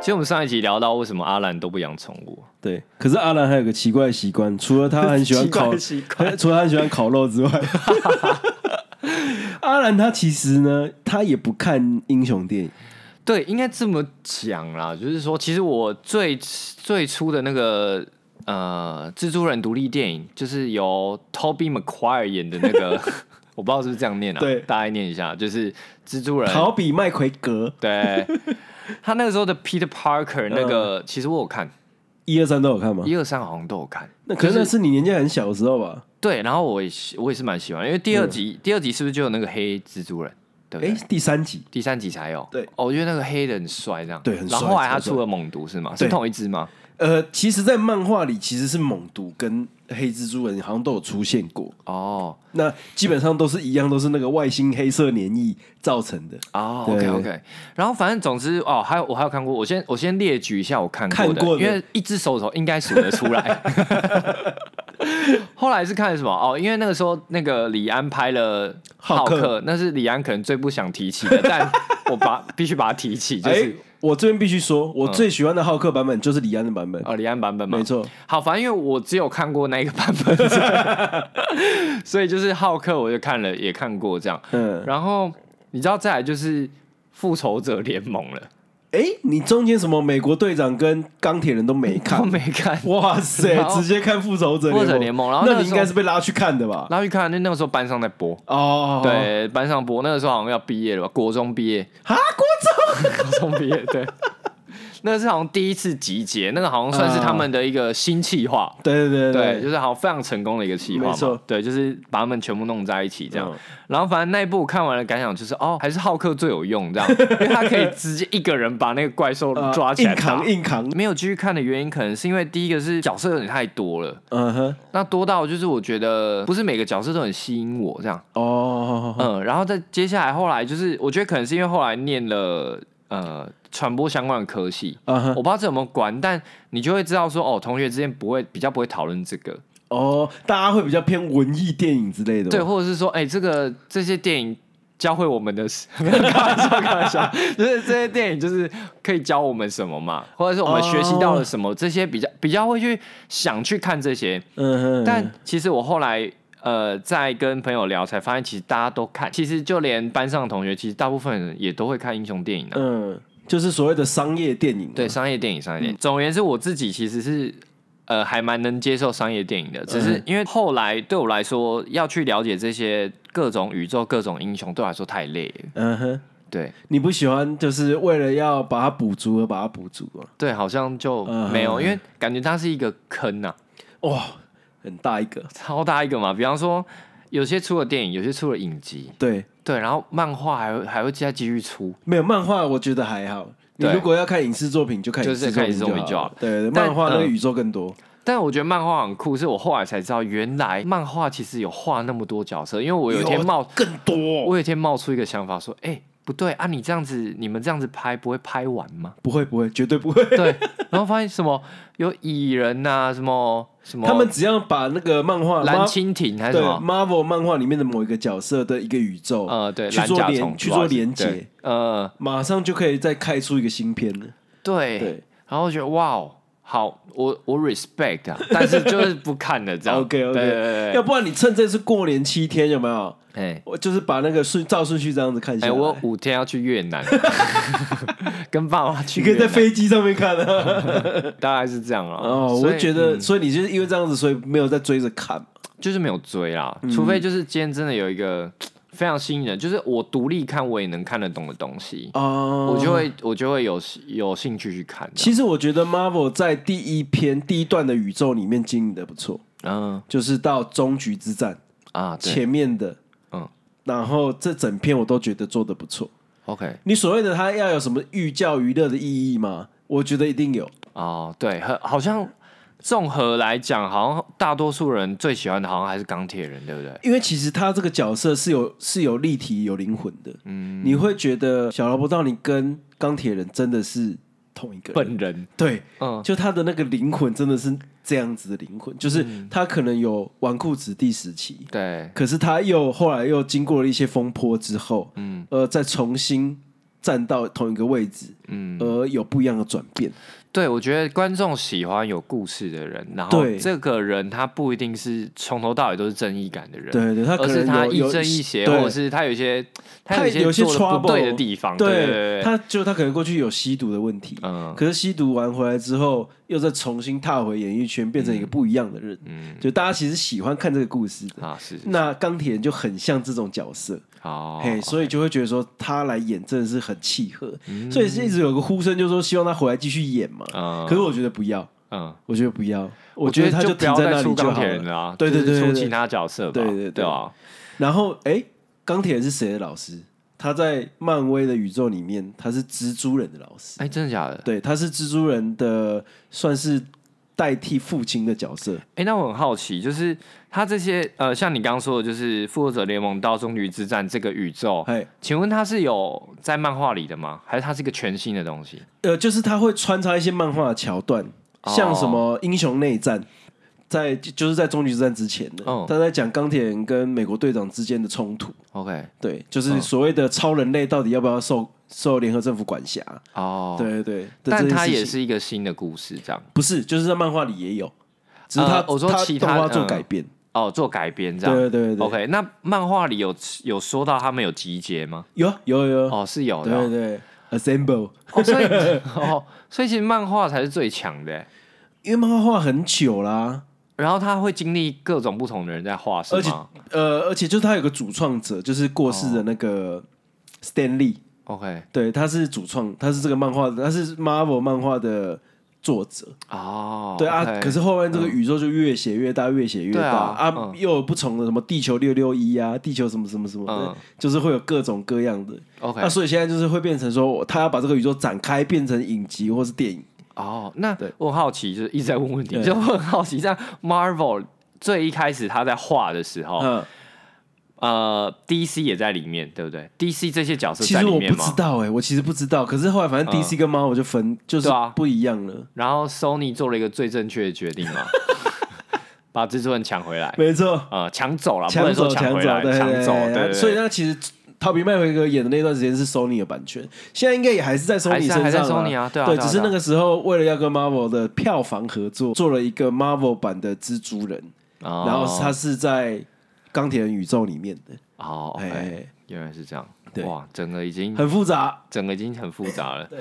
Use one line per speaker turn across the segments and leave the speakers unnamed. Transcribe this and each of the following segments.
其实我们上一集聊到为什么阿兰都不养宠物，
对，可是阿兰还有个奇怪的习惯，除了他很喜欢烤
奇怪的习，惯
除了他很喜欢烤肉之外， 阿兰他其实呢，他也不看英雄电影。
对，应该这么讲啦，就是说，其实我最最初的那个呃，蜘蛛人独立电影，就是由 Toby Maguire 演的那个， 我不知道是不是这样念啊，
对
大家念一下，就是蜘蛛人，
好比麦奎格，
对，他那个时候的 Peter Parker 那个，
嗯
其实我有看，
一二三都有看吗？
一二三好像都有看，
那可
就是
那是你年纪很小的时候吧？
对，然后我也喜我也是蛮喜欢，因为第二
嗯
集、第二集是不是就有那个黑蜘蛛人，对不
哎
对？，
第三集，
第三集才有，
对
哦，我觉得那个黑的很帅，这样
对很
然后
帅
后来他
超帅
出了猛毒是吗？是
对
同一只吗？
呃，其实，在漫画里其实是猛毒跟黑蜘蛛人好像都有出现过，
哦
那基本上都是一样，都是那个外星黑色黏液造成的。
哦，OK
对
OK，然后反正总之哦，还有我还有看过，我先我先列举一下我看过的，
看过的
因为一只手指头应该数得出 来。后来是看什么？哦，因为那个时候那个李安拍了《
浩克
那是李安可能最不想提起的，但我 把必须把它提起，就
哎、
是、
我这边必须说，我最喜欢的浩克版本就是李安的版本，
嗯哦李安版本嘛，
没错。
好，反正因为我只有看过那一个版本，所以所以就是浩克我就看了，也看过这样。
嗯，
然后你知道，再来就是复仇者联盟了，
哎、你中间什么美国队长跟钢铁人都没
我
看，
没看。
哇塞
然，后
直接看复仇者
复仇者联盟然后那
那
个
你应
时候
该是被拉去看的吧？
然后一看，就那个时候班上在播，
哦，，
对，班上播，那个时候好像要毕业了吧，国中毕业，
啊，国中，
高中毕业，对。那个是好像第一次集结，那个好像算是他们的一个新企划，
对对
对，就是好像非常成功的一个企划
没错
嘛，对，就是把他们全部弄在一起这样。
嗯
然后反正那一部我看完了，感想就是哦，还是浩克最有用这 样，因为他可以直接一个人把那个怪兽
呃
抓起来
硬
打。
扛硬扛，
没有继续看的原因，可能是因为第一个是角色有点太多了，
嗯哼，
那多到就是我觉得不是每个角色都很吸引我这样，
哦，
嗯，然后再接下来后来就是我觉得可能是因为后来念了呃传播相关的科系，
嗯哼，
我不知道这有没有关，但你就会知道说哦，同学之间不会比较不会讨论这个，
哦，大家会比较偏文艺电影之类的，
对，，或者是说，哎、这个这些电影教会我们的事，没有开玩笑，开玩笑，就是这些电影就是可以教我们什么嘛，或者是我们学习到了什么这些比较比较会去想去看这些。
嗯哼，
但其实我后来呃，在跟朋友聊才发现，其实大家都看，其实就连班上的同学，其实大部分人也都会看英雄电影啊的、
嗯，就是所谓的商业电影，
对，，啊嗯商业电影，商业电影。总而言之，我自己其实是呃还蛮能接受商业电影的，只是因为后来对我来说，要去了解这些各种宇宙、各种英雄，对我来说太累了。
嗯哼，
对
你不喜欢就是为了要把它补足而把它补足啊？
对，好像就没有，因为感觉它是一个坑呐、
哇，哦很大一个，
超大一个嘛。比方说，有些出了电影，有些出了影集，
对，
对，然后漫画还会还会再继续出。
没有漫画，我觉得还好。你
对
如果要看影视作品，就看
就是看影视
视
作品就
就
好
了。对，对
但
漫画那个
嗯
宇宙更多。
但我觉得漫画很酷，是我后来才知道，原来漫画其实有画那么多角色。因为我有一天冒
更多，
我有一天冒出一个想法，说：“哎、不对啊，你这样子，你们这样子拍不会拍完吗
不会不会，绝对不会？” 。
对，然后发现什么有蚁人呐、什么什么，
他们只要把那个漫画
蓝
Mar-
蜻蜓还是
对
什么，
Marvel 漫画里面的某一个角色的一个宇宙，
呃，对，
去
蓝
做
甲虫
连去做连，
不好意思
接，
对呃，
马上就可以再开出一个新片了。
对，
对
然后我觉得哇哦，好，我我 respect 啊， 但是就是不看了这样。
OK
对对
OK，
对对，
要不然你趁这次过年七天有没有？
哎
我就是把那个顺照顺序这样子看下
哎，
来。
我五天要去越 南，跟爸妈去
你
越
可
南，
以在飞机上面 看啊。
大概是这样了。啊
哦，
所
我
以
就觉得，所以你就是因为这样子，所以没有在追着看。
就是没有追啦，
嗯
除非就是今天真的有一个非常吸引人，就是我独立看我也能看得懂的东西，
哦，
我就会我就会有有兴趣去看。
其实我觉得 Marvel 在第一篇第一段的宇宙里面经营的不错，
嗯
就是到终局之战
啊，对
前面的，
嗯，
然后这整篇我都觉得做的不错。
，OK，
你所谓的它要有什么寓教于乐的意义吗？我觉得一定有。
哦，对，很好像综合来讲，好像大多数人最喜欢的好像还是钢铁人，对不对？
因为其实他这个角色是有是有立体、有灵魂的。嗯，你会觉得小劳勃道尼跟钢铁人真的是同一个
本
人。
人，
对，
嗯，
就他的那个灵魂真的是这样子的灵魂，就是
嗯
他可能有纨绔子弟时期，
对，
可是他又后来又经过了一些风波之后，
嗯
呃，再重新站到同一个位置，
嗯，
而有不一样的转变。
对，我觉得观众喜欢有故事的人，然后
对
这个人他不一定是从头到尾都是正义感的人，
对对，他可
而
能
是他
有
亦
有
正亦邪，
对
或者是他有一些
他
有一
有些
些做的不
trouble，
对的地方，对对对，对
他就他可能过去有吸毒的问题，
嗯
可是吸毒完回来之后，又再重新踏回演艺圈，变成一个不一样的人。
嗯
就大家其实喜欢看这个故事的。
啊是是
那钢铁人就很像这种角色，
好，
嘿，所以就会觉得说他来演真的是很契合，所以是一直有个呼声，就说希望他回来继续演嘛。
嗯
可是我觉得不要，
嗯，
我觉得不要，我
我
觉得他
就不
停
要
在
再
那
出
里就
钢
好
铁人
了。
了啊，
对对
就是
对
出
对
其他角色吧，
对对对
对吧？
然后，哎，钢铁人是谁的老师？他在漫威的宇宙里面，他是蜘蛛人的老师。
哎，真的假的？
对，他是蜘蛛人的算是代替父亲的角色。
哎，那我很好奇，就是他这些呃，像你刚刚说的，就是复仇者联盟到终局之战这个宇宙，
哎，
请问它是有在漫画里的吗？还是它是一个全新的东西？
呃，就是他会穿插一些漫画的桥段，
哦
像什么英雄内战，在就是在终局之战之前的
嗯，
他在讲钢铁人跟美国队长之间的冲突。
OK，
对，
哦
就是所谓的超人类到底要不要受受联合政府管辖？
哦，，
对对对，
但
他
它也是一个新的故事，这样
不是，就是在漫画里也有，只是他、
呃我说其他
动画做
嗯
改变。
哦，做改编这样。哦
对对对对
OK，那漫画里有有说到他们有集结吗？
有啊有啊有啊，
哦，是有的
对
哦。
对对，assemble。
哦，所以 哦，所以其实漫画才是最强的欸。
因为漫画画很久啦，
然后他会经历各种不同的人在画，是
而且
吗
呃，而且就是他有个主创者，就是过世的那个 Stanley，、
？OK，
对，他是主创，他是这个漫画的，他是 Marvel 漫画的作者，
哦，
对啊
OK 嗯
可是后面这个宇宙就越写越大，越写越
对
大
啊嗯
又有不同的什么地球六六一啊，地球什么什么什么的，
嗯
就是会有各种各样的。
OK，
那所以现在就是会变成说，他要把这个宇宙展开，变成影集或是电影。
哦，那
对
我很好奇，就是一直在问问题，
对
就我很好奇，像 Marvel 最一开始他在画的时候，
嗯，
呃，DC 也在里面，对不对？DC 这些角色
其
在
实
里
我
面
不
吗
知？道哎、我其实不知道。可是后来反正 DC 跟 Marvel 就分，就是
对啊
不一样了。
然后 Sony 做了一个最正确的决定 嘛，把蜘蛛人抢回来，
没错，
呃，抢走了，不
抢
能说
走
抢
抢
回
走，
来，
对
抢走，对对
对。
对
所以那其实陶比麦奎格演的那段时间是 Sony 的版权，现在应该也还是在
还
Sony
是还
身
在
上
Sony 啊，对啊，
对，
啊
只是那
啊
个时候为了要跟 Marvel 的票房合作，做了一个 Marvel 版的蜘蛛人，
哦
然后他是在钢铁人宇宙里面的，
哦，
哎、
哎，原来是这样，
对
哇，整个已经
很复杂。
整个已经很复杂了。
对，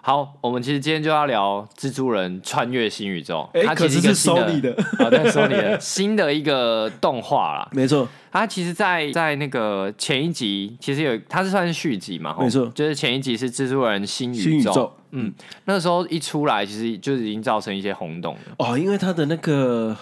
好，我们其实今天就要聊蜘蛛人穿越新宇宙，
哎
它其实
可是
一个
是
新
Sony 的
啊，对，Sony 的新的一个动画啦。
没错，
它其实在，在那个前一集，其实有它是算是续集嘛，吼
没错
就是前一集是蜘蛛人新宇宙，
新宇宙
嗯，那时候一出来，其实就是已经造成一些轰动了。
哦，因为他的那个，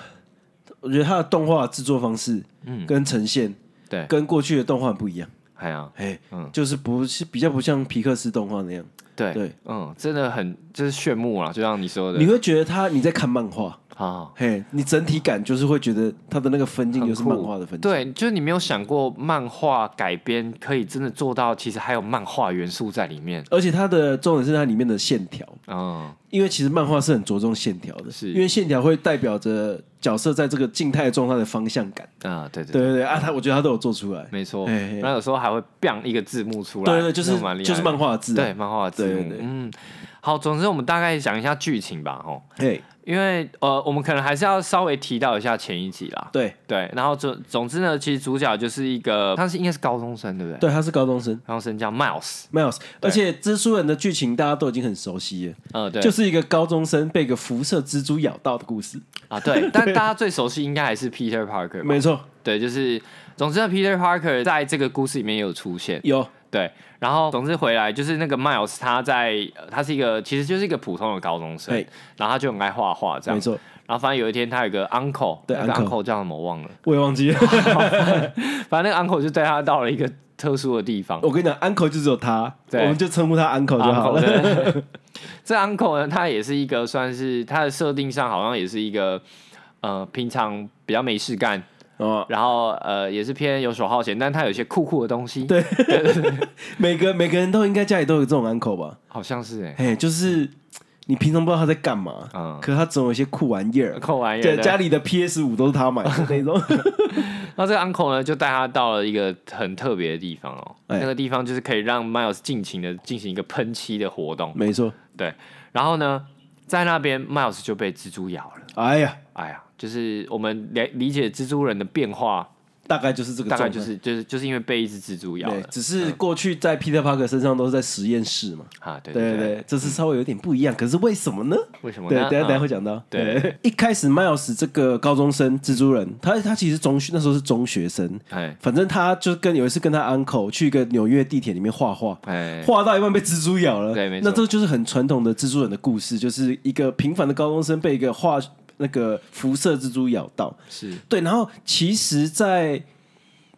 我觉得他的动画制作方式，
嗯
跟呈现
对，
跟过去的动画很不一样，
哎呀，
哎、
嗯
就是不是比较不像皮克斯动画那样，
对
对，
嗯，真的很就是炫目啊啦，就像你说的
你，会觉得他你在看漫画，
啊，
嘿，你整体感就是会觉得他的那个分镜
很
就是
酷
漫画的分镜，
对，就是你没有想过漫画改编可以真的做到，其实还有漫画元素在里面。
而且它的重点是它里面的线条，
嗯，
因为其实漫画是很着重线条的，
是
因为线条会代表着角色在这个静态状态的方向感。
啊，对对
对
对，
对对啊，他我觉得他都有做出来。
没错。
嘿嘿
然后有时候还会 bang 一个字幕出来，
对对，就是
那蛮厉害的
就是漫画的字、啊
对，漫画的字幕。
对对对
嗯，好，总之我们大概讲一下剧情吧，吼，
对，
因为呃，我们可能还是要稍微提到一下前一集啦。
对
对，然后总总之呢，其实主角就是一个，他是应该是高中生，对不对？
对，他是高中生
高中生叫 Miles，
Miles，而且蜘蛛人的剧情大家都已经很熟悉了，
呃，对，
就是一个高中生被一个辐射蜘蛛咬到的故事。
啊， 对，但大家最熟悉应该还是 Peter Parker 吧
没错，
对，就是总之呢，Peter Parker 在这个故事里面也有出现，
有
对，然后总之回来就是那个 Miles，他在呃他是一个其实就是一个普通的高中生
对，
然后他就很爱画画这样
没，错，
然后反正有一天他有一个 uncle，
对
那个
uncle
uncle 叫什么我忘了，
我也忘记了。
反正那个 uncle 就带他到了一个特殊的地方
我跟你讲，uncle 就只有他，我
对
们就称呼他 uncle 哦就好
，uncle
了。
对这 uncle 呢，他也是一个算是他的设定上好像也是一呃平常比较没事干，
哦，
然后呃也是偏游手好闲，但他有一些酷酷的东西，
对，每个每个人都应该家里都有这种 uncle 吧？
好像是哎、
哎，就是你平常不知道他在干嘛，
嗯
可他总有一些酷玩意儿。
酷玩意
家
儿。
家里的 PS 五都是他买的 那种。
那这个 uncle 呢，就带他到了一个很特别的地方哦，
哎
那个地方就是可以让 Miles 尽情的进行一个喷漆的活动。
没错，
对，然后呢，在那边 Miles 就被蜘蛛咬了。
哎呀，
哎呀，就是我们理理解蜘蛛人的变化，
大概就是这个
大
状态，
概就是就是就是因为被一只蜘蛛咬
对
了，嗯
只是过去在 Peter Parker 身上都是在实验室嘛。
啊。对
对
对对，
对，这次稍微有点不一样，可是为什么呢？
为什么呢？
对，等一下
嗯
等一下会讲到。
对，
一开始 Miles 这个高中生蜘蛛人，他他其实中学那时候是中学生，
哎
反正他就跟有一次跟他 uncle 去一个纽约地铁里面画画，
哎，
画到一半被蜘蛛咬了。
对没错
那这就是很传统的蜘蛛人的故事，就是一个平凡的高中生被一个画那个辐射蜘蛛咬到。
是
对，然后其实，在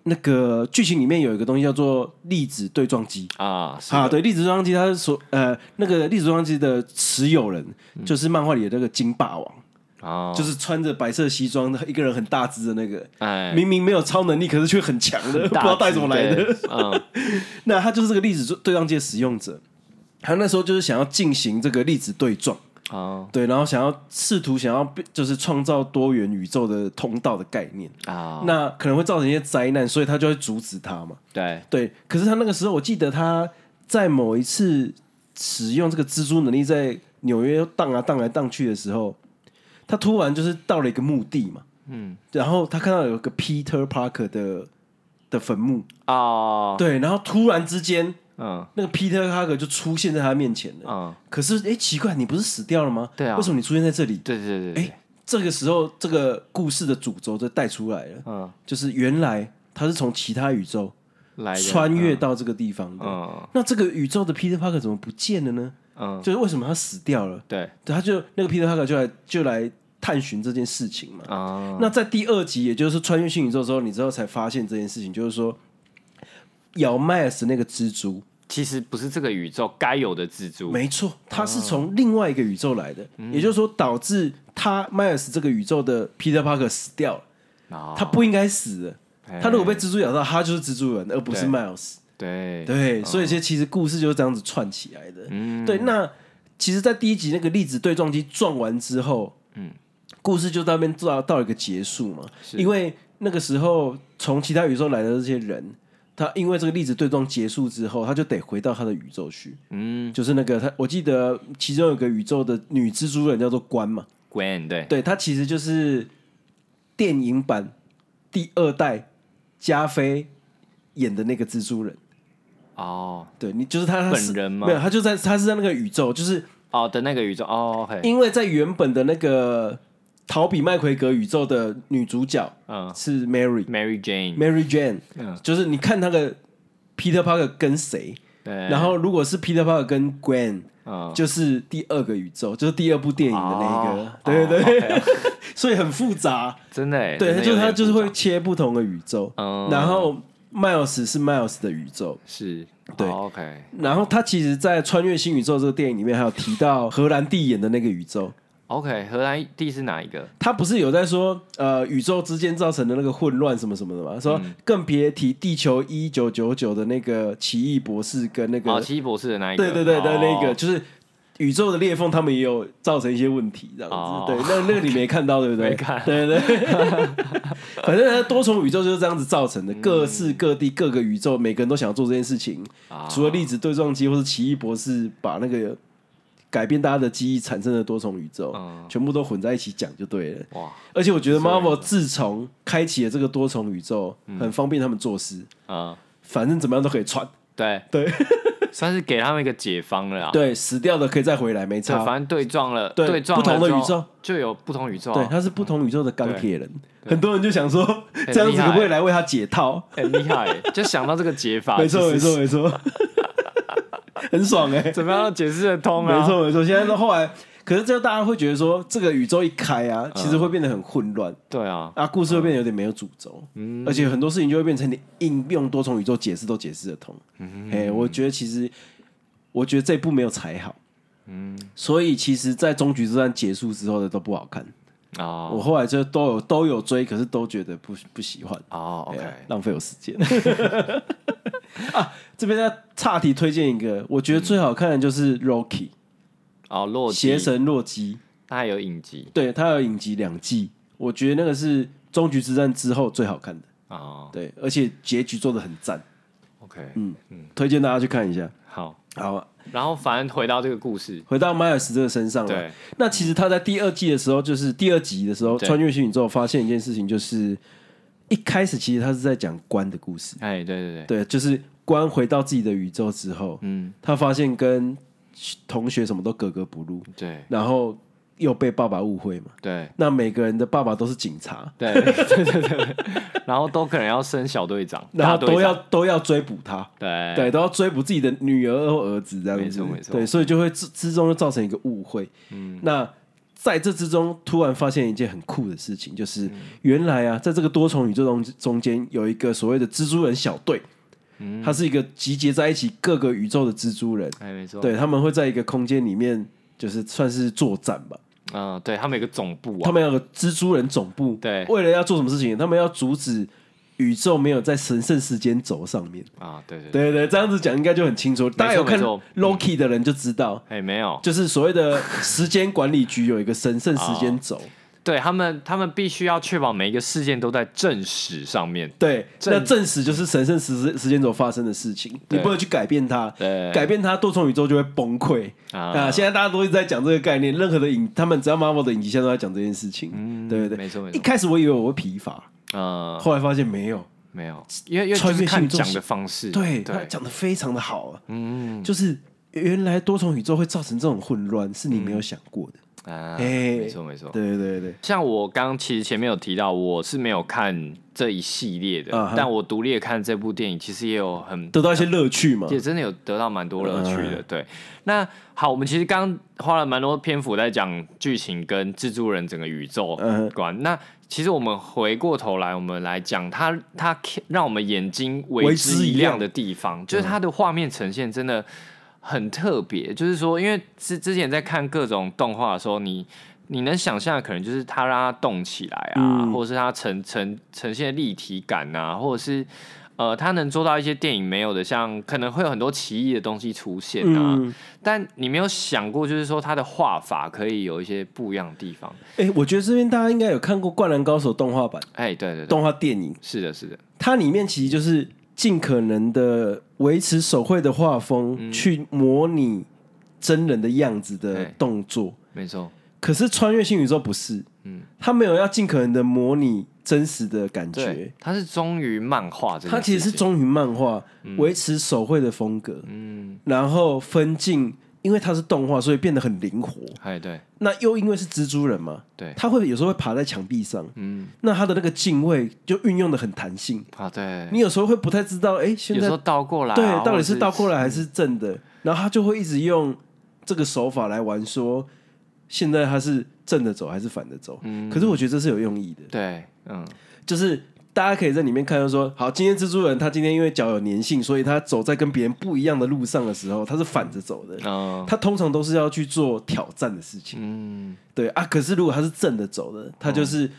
那个剧情里面有一个东西叫做粒子对撞机。
啊，是
啊，
的
对，粒子对撞机，它是所呃那个粒子对撞机的持有人、就是漫画里的那个金霸王，
嗯哦，
就是穿着白色西装的一个人很大只的那个，
哎，
明明没有超能力，可是却很强的，不知道带怎么来的。
对，嗯，
那他就是这个粒子对撞机的使用者，他那时候就是想要进行这个粒子对撞，
哦
对，然后想要试图想要被就是创造多元宇宙的通道的概念，
啊，
那可能会造成一些灾难，所以他就会阻止他嘛。
对，
对，可是他那个时候，我记得他在某一次使用这个蜘蛛能力在纽约荡啊荡来荡去的时候，他突然就是到了一个墓地嘛，嗯，然后他看到有个 Peter Parker 的的坟墓，
哦，
对，然后突然之间
嗯
那个 Peter Parker 就出现在他面前了。
嗯，
可是哎，诶奇怪，你不是死掉了吗？
对啊
为什么你出现在这里？
对对对对，
哎，这个时候这个故事的主轴就带出来了，
嗯，
就是原来他是从其他宇宙
来的
穿越，到这个地方的。
嗯
那这个宇宙的 Peter Parker 怎么不见了呢？
嗯，
就是为什么他死掉了？
对，
对，他就那个 Peter Parker 就来就来探寻这件事情嘛。
啊，
那在第二集，也就是穿越新宇宙的时候，你之后才发现这件事情，就是说咬麦尔斯那个蜘蛛，
其实不是这个宇宙该有的蜘蛛，
没错，他是从另外一个宇宙来的，
嗯
也就是说导致他麦尔斯这个宇宙的 Peter Parker 死掉了，
哦
他不应该死的。
哎
他如果被蜘蛛咬到，他就是蜘蛛人，而不是
对
Miles。
对
对，所以其实其实故事就是这样子串起来的。对，那其实，在第一集那个粒子对撞机撞完之后，嗯，故事就到那边到到一个结束嘛。因为那个时候从其他宇宙来的这些人，他因为这个粒子对撞结束之后，他就得回到他的宇宙去。嗯，就是那个他，我记得其中有个宇宙的女蜘蛛人叫做关嘛，
，Gwen 对，
对，她其实就是电影版第二代加菲演的那个蜘蛛人。
哦
对你就是他他是
本人吗
没有，他就在他是在那个宇宙，就是
哦的那个宇宙，哦，OK，
因为在原本的那个逃比麦奎格宇宙的女主角
嗯
是 Mary、
，Mary Jane，
Mary Jane，、
嗯
就是你看那个 Peter Parker 跟谁，
对，
然后如果是 Peter Parker 跟 Gwen，
嗯，
就是第二个宇宙，就是第二部电影的那一个，
哦
对对
哦
对，
，OK，OK，
所以很复杂，
真的哎，
对，
真的
就是
有
他
点
就是
复杂
会切不同的宇宙，
嗯
然后 Miles 是 Miles 的宇宙，
是，
对
哦，OK，
然后他其实，在《穿越新宇宙》这个电影里面，还有提到荷兰弟演的那个宇宙，
OK，荷兰弟是哪一个？
他不是有在说，呃，宇宙之间造成的那个混乱什么什么的吗？说
嗯
更别提地球一九九九的那个奇异博士跟那个，
哦，奇异博士的那一个，
对对对的
哦
那个，就是宇宙的裂缝，他们也有造成一些问题，这样子。
哦
对，那那个你没看到对不 对？
没看
对对对。反正它多重宇宙就是这样子造
嗯
成的，各式各地各个宇宙，每个人都想要做这件事情。
啊
除了粒子对撞机或是奇异博士把那个改变大家的记忆产生的多重宇宙，
嗯
全部都混在一起讲就对了。
哇，
而且我觉得
所以
Marvel 自从开启了这个多重宇宙，很方便他们做事，
嗯，
反正怎么样都可以穿。
对
对
算是给他们一个解放了啊。
对，死掉的可以再回来，没
对，
差。
反正对撞了，
对
撞了
不同的
之后
宇宙
就有不同宇宙啊，
对，他是不同宇宙的钢铁人，很多人就想说这样子可不可以来为他解套？
很厉害欸，就想到这个解法，
没错，
其实
没错，没错， 很爽 哎、
怎么样都解释得通啊？
没，错，没错。现在到后来，可是这大家会觉得说，这个宇宙一开啊，
嗯
其实会变得很混乱。
对啊，
啊，故事会变得有点没有主轴，
嗯
而且很多事情就会变成你应用多重宇宙解释都解释得通。哎、
嗯
我觉得其实，我觉得这一部没有才好，嗯，所以其实，在终局之战结束之后的都不好看，
哦
我后来就都有都有追，可是都觉得不不喜欢。
哦
对
，OK，
啊浪费我时间 啊！这边再岔题推荐一个，我觉得最好看的就是《Rocky》
哦，洛基
邪，神洛基，
他还有影集
对他有影集两季，我觉得那个是终局之战之后最好看的，
哦
对，而且结局做的很赞，
，OK，
嗯，推荐大家去看一下。
好，
好啊，
然后反正回到这个故事，
回到迈尔斯这个身上了
对。
那其实他在第二季的时候，就是第二集的时候，
对
穿越虚拟之后，发现一件事情，就是一开始其实他是在讲关的故事。
哎，对对对，
对，就是关回到自己的宇宙之后，
嗯，
他发现跟同学什么都格格不入，
对
然后又被爸爸误会嘛。
对
那每个人的爸爸都是警察，
对对对 对，然后都可能要升小队长，
然后
大队
都要
长
都要追捕他，
对
对，都要追捕自己的女儿或儿子这样子，
没错没错
对，所以就会之之中就造成一个误会。嗯，那在这之中，突然发现一件很酷的事情，就是
嗯
原来啊，在这个多重宇宙中中间有一个所谓的蜘蛛人小队，它是一个集结在一起各个宇宙的蜘蛛人，
哎嗯没错，
对他们会在一个空间里面，就是算是作战吧。
嗯，对他们有个总部
他
啊，
们有个蜘蛛人总部，
对
为了要做什么事情，他们要阻止宇宙没有在神圣时间轴上面。
啊，对对对，
对对，这样子讲应该就很清楚。大家有看
没错
Loki 的人就知道，
哎没有，
就是所谓的时间管理局有一个神圣
啊
时间轴。
对他们他们必须要确保每一个事件都在正史上面，
对，
正
那证实就是神圣时时间轴发生的事情，你
对
不能去改变它，
对
改变它多重宇宙就会崩溃
啊
啊！现在大家都一直在讲这个概念，任何的影，他们只要 Marvel 的影集现在都在讲这件事情，对不
嗯
对？
没错没
一
错，
开始我以为我会疲乏，
嗯，
后来发现没有，
没有，因为因为就
穿
是
越
看
性
讲
东西
的方式，
对他
对，
讲的非常的好啊，嗯，就是原来多重宇宙会造成这种混乱，是你没有
嗯
想过的，
啊，
哎
没错没错。
对对对
像我刚刚其实前面有提到，我是没有看这一系列的
啊哈
但我独立地看这部电影，其实也有很
得到一些乐趣嘛，
也真的有得到蛮多乐趣的。
嗯
对，那好，我们其实刚刚花了蛮多篇幅在讲剧情跟蜘蛛人整个宇宙
嗯
观。那其实我们回过头来，我们来讲它它让我们眼睛为
为
之
之一
一亮
亮
的地方，就是它的画面呈现真的很特别。就是说，因为之之前在看各种动画的时候，你。你能想象的可能就是它让它动起来啊，
嗯
或者是它呈呈呈现立体感啊，或者是呃，它能做到一些电影没有的，像可能会有很多奇异的东西出现啊。
嗯，
但你没有想过，就是说它的画法可以有一些不一样的地方。
哎，我觉得这边大家应该有看过《灌篮高手》动画版、
哎、对对对，
动画电影，
是的，是的，
它里面其实就是尽可能的维持手绘的画风，去模拟真人的样子的
对
动作，
没错，
可是穿越新宇宙不是，嗯，他没有要尽可能的模拟真实的感觉
对。，它是忠于漫画这件事情。
它其实是忠于漫画，维持手绘的风格，嗯，然后分镜，因为它是动画，所以变得很灵活。
哎，对
那又因为是蜘蛛人嘛，
对
它会有时候会爬在墙壁上，嗯，那它的那个镜位就运用的很弹性，
啊，对，
你有时候会不太知道，哎，现
有时
在
候倒过来、啊，
对
或者
到底是倒过来还是正的，然后他就会一直用这个手法来玩说。现在它是正的走还是反的走？
嗯
可是我觉得这是有用意的，
对，嗯，
就是大家可以在里面看到说，好，今天蜘蛛人他今天因为脚有粘性，所以他走在跟别人不一样的路上的时候，他是反着走的。
嗯，
他通常都是要去做挑战的事情，
嗯，
对啊。可是如果他是正着走的，他
哦
就是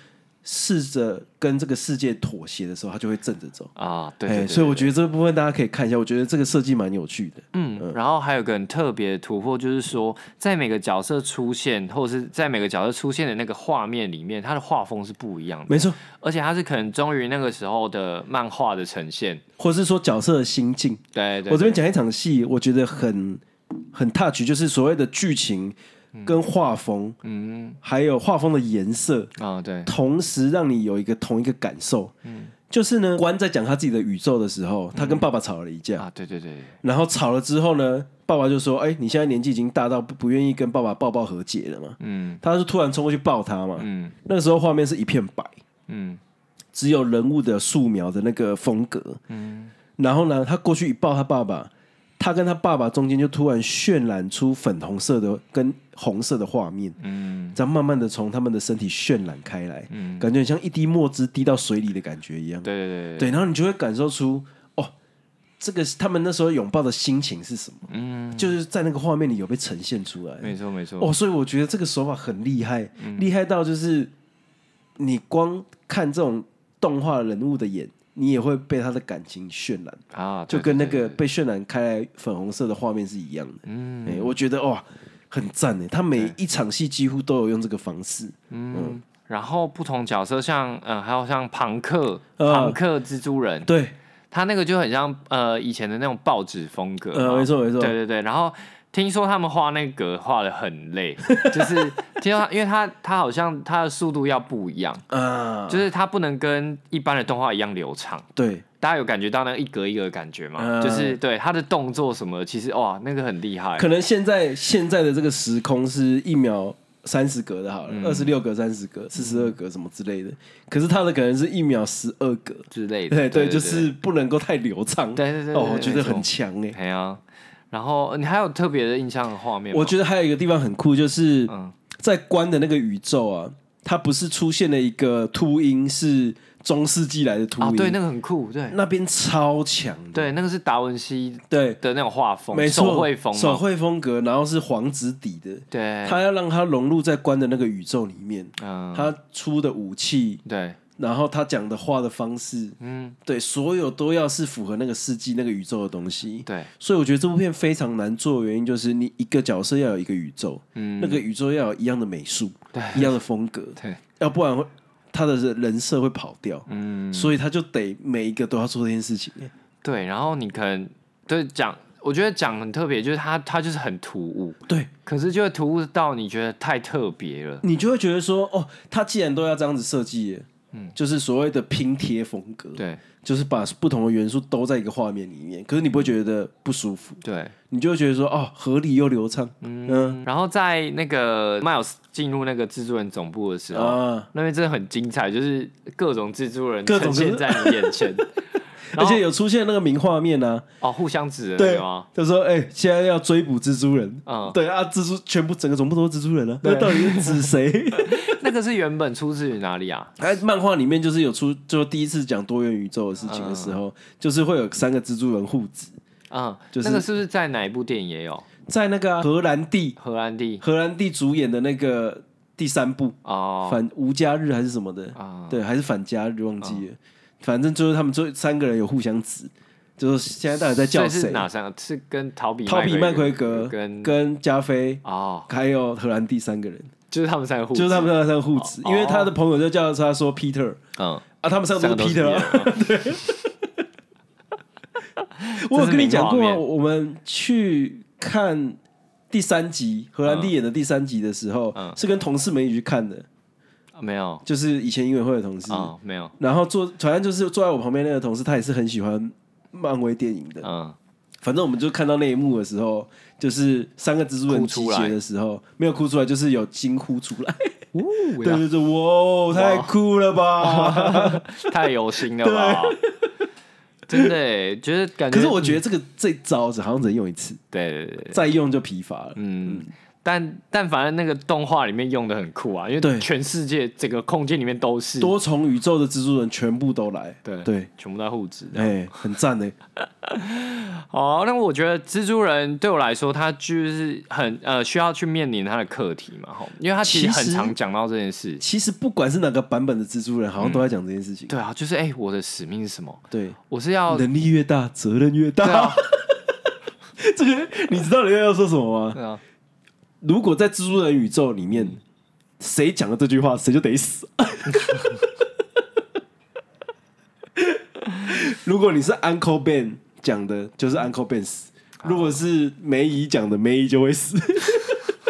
试着跟这个世界妥协的时候，他就会正着走。
啊，对
哎，
对对
所以我
对
觉得这部分大家可以看一下，我觉得这个设计蛮有趣的。
嗯，然后还有个很特别的突破，就是说，在每个角色出现，或者是在每个角色出现的那个画面里面，它的画风是不一样的，
没错，
而且它是可能忠于那个时候的漫画的呈现。
或是说角色的心境，
对对
我这
对
边讲一场戏，我觉得很很 touch，就是所谓的剧情跟画风，嗯，还有画风的颜色，
啊、 对，
同时让你有一个同一个感受，嗯，就是呢，关在讲他自己的宇宙的时候，
嗯
他跟爸爸吵了一架，
啊，对对对，
然后吵了之后呢，爸爸就说：“哎、你现在年纪已经大到不不愿意跟爸爸抱抱和解了嘛。”
嗯
他就突然冲过去抱他嘛，
嗯
那个时候画面是一片白，
嗯，
只有人物的素描的那个风格。嗯，然后呢，他过去一抱他爸爸，他跟他爸爸中间就突然渲染出粉红色的跟红色的画面，嗯，这样慢慢的从他们的身体渲染开来，嗯，感觉很像一滴墨汁滴到水里的感觉一样。
对对对
对，然后你就会感受出哦，这个是他们那时候拥抱的心情是什么？嗯，就是在那个画面里有被呈现出来。
没错没错，嗯
哦，所以我觉得这个手法很厉害，厉害到就是你光看这种动画人物的眼，你也会被他的感情渲染，
啊，
就
对
跟那
对
个
对
被渲染开来粉红色的画面是一样的。
嗯
哎，我觉得哇，很赞哎，他每一场戏几乎都有用这个方式。
嗯，然后不同角色像嗯、呃还有像庞克，
呃
庞克蜘蛛人，
对，
他那个就很像呃以前的那种报纸风格嘛，
呃，没错没错，
对对对，然后听说他们画那个画的很累，就是听说他，因为他他好像他的速度要不一样，
啊，
就是他不能跟一般的动画一样流畅。
对，
大家有感觉到那个一格一格的感觉吗？
嗯
就是对他的动作什么，其实哇，那个很厉害。
可能现在现在的这个时空是一秒三十格的，好
嗯
了，二十六格、三十格、四十二格什么之类的，可是他的可能是一秒十二格，
之类的，
对
对
对，就是不能够太流畅。
对对对对
哦，我觉得
没错
很强哎。
哎呀。然后呃你还有特别的印象的画面吗？
我觉得还有一个地方很酷，就是
嗯
在关的那个宇宙啊，它不是出现了一个秃鹰，是中世纪来的秃
啊，
鹰，
对，那个很酷，对
那边超强的，
对，那个是达文西
对，
的那种画风，
没错，
手绘风嘛，
手绘风格，然后是黄纸底的，
对，
他要让它融入在关的那个宇宙里面，
嗯，
他出的武器，
对，
然后他讲的话的方式，
嗯，
对，所有都要是符合那个世纪、那个宇宙的东西。
对，
所以我觉得这部片非常难做的原因就是，你一个角色要有一个宇宙，
嗯
那个宇宙要有一样的美术，
对
一样的风格，
对，
要不然会他的人设会跑掉。
嗯，
所以他就得每一个都要做这件事情。
对，然后你可能对讲，我觉得讲很特别，就是它它就是很突兀，
对，
可是就会突兀到你觉得太特别了，
你就会觉得说，哦，他既然都要这样子设计了，
嗯
就是所谓的拼贴风格，
对
就是把不同的元素都在一个画面里面，可是你不会觉得不舒服，
对，
你就会觉得说，哦，合理又流畅，嗯
然后在那个 Miles 进入那个制作人总部的时候，
啊，
那边真的很精彩，就是各种制作人
各种
呈现
蜘蛛
在你眼 前，
而
然后
且有出现那个名画面啊，
哦互相指的那
对
个 吗？，
就说，哎，现在要追捕蜘蛛人，
啊嗯
对啊，蜘蛛全部整个总部都是蜘蛛人了，
对
那到底是指谁？
那个是原本出自于哪里啊？
哎，漫画里面就是有出，就第一次讲多元宇宙的事情的时候，就是会有三个蜘蛛人互指，
嗯，
就是
那个是不是在哪一部电影也有？
在那个啊、荷兰弟，
荷兰弟
荷兰弟主演的那个第三部
哦
反无家日还是什么的，
啊，
对，还是反家日忘记
嗯
了，反正就是他们最三个人有互相指，就是现在到底在
啊所
叫
以是
谁？
哪三个？是跟陶比
陶比麦奎
格
格
跟
跟加菲。
哦，
还有荷兰弟三个人，
就是他们三个互
就是他
们
们三个互指，
哦
因为他的朋友就叫他说 Peter
嗯，
啊，他们三
三
个
个
都
都
是
是
Peter 啊。
Peter
我有跟你讲过
这是
啊，
名画面
我们去看第三集荷兰弟演的第三集的时候，
嗯
是跟同事们一起去看的，
啊没有
就是以前英文会的同事。
啊，没有
然后坐，反正就是坐在我旁边那个同事，他也是很喜欢漫威电影的。
嗯，
反正我们就看到那一幕的时候，就是三个蜘蛛人
哭
集
出来
结的时候，没有哭出来，就是有惊呼出来。
哦
对
对，
对对，哇，太酷了吧！
太有心了吧？ 真的耶，觉得感觉
可是我觉得这个这招只好像只能用一次，
对对对对，
再用就疲乏了。
嗯。但但反正那个动画里面用的很酷啊，因
对
为全世界整个空间里面都是
多重宇宙的蜘蛛人全部都来，
对
对，
全部都在互指的。
哎、很赞哎、
哦，那我觉得蜘蛛人对我来说，他就是很呃需要去面临他的课题嘛，吼，因为他其实
其
很
实
常讲到这件事。
其实不管是哪个版本的蜘蛛人，好像都在讲这件事情。
对啊，就是哎、我的使命是什么？
对，
我是要
能力越大，责任越大。
对啊
这个 你知道人家要说什么吗？
对 啊，
如果在蜘蛛人宇宙里面，谁讲了这句话，谁就得死。 如果你是 Uncle Ben 讲的，就是 Uncle Ben 死；如果是梅姨讲的，梅姨就会死。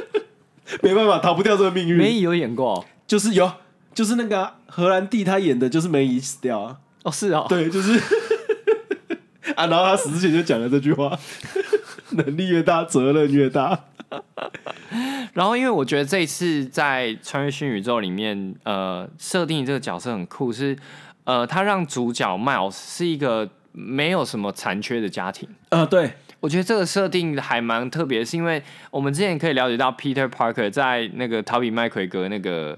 没办法，逃不掉这个命运。
梅姨有演过
就是有，就是那个啊、荷兰弟他演的就是梅姨死掉啊，
哦，是哦，
对，就是 啊，然后他死之前就讲了这句话： 能力越大，责任越大。
然后，因为我觉得这一次在《穿越新宇宙》里面，呃，设定这个角色很酷，是呃，他让主角 Miles 是一个没有什么残缺的家庭。
啊，对，
我觉得这个设定还蛮特别，是因为我们之前可以了解到 Peter Parker 在那个陶比麦奎格那个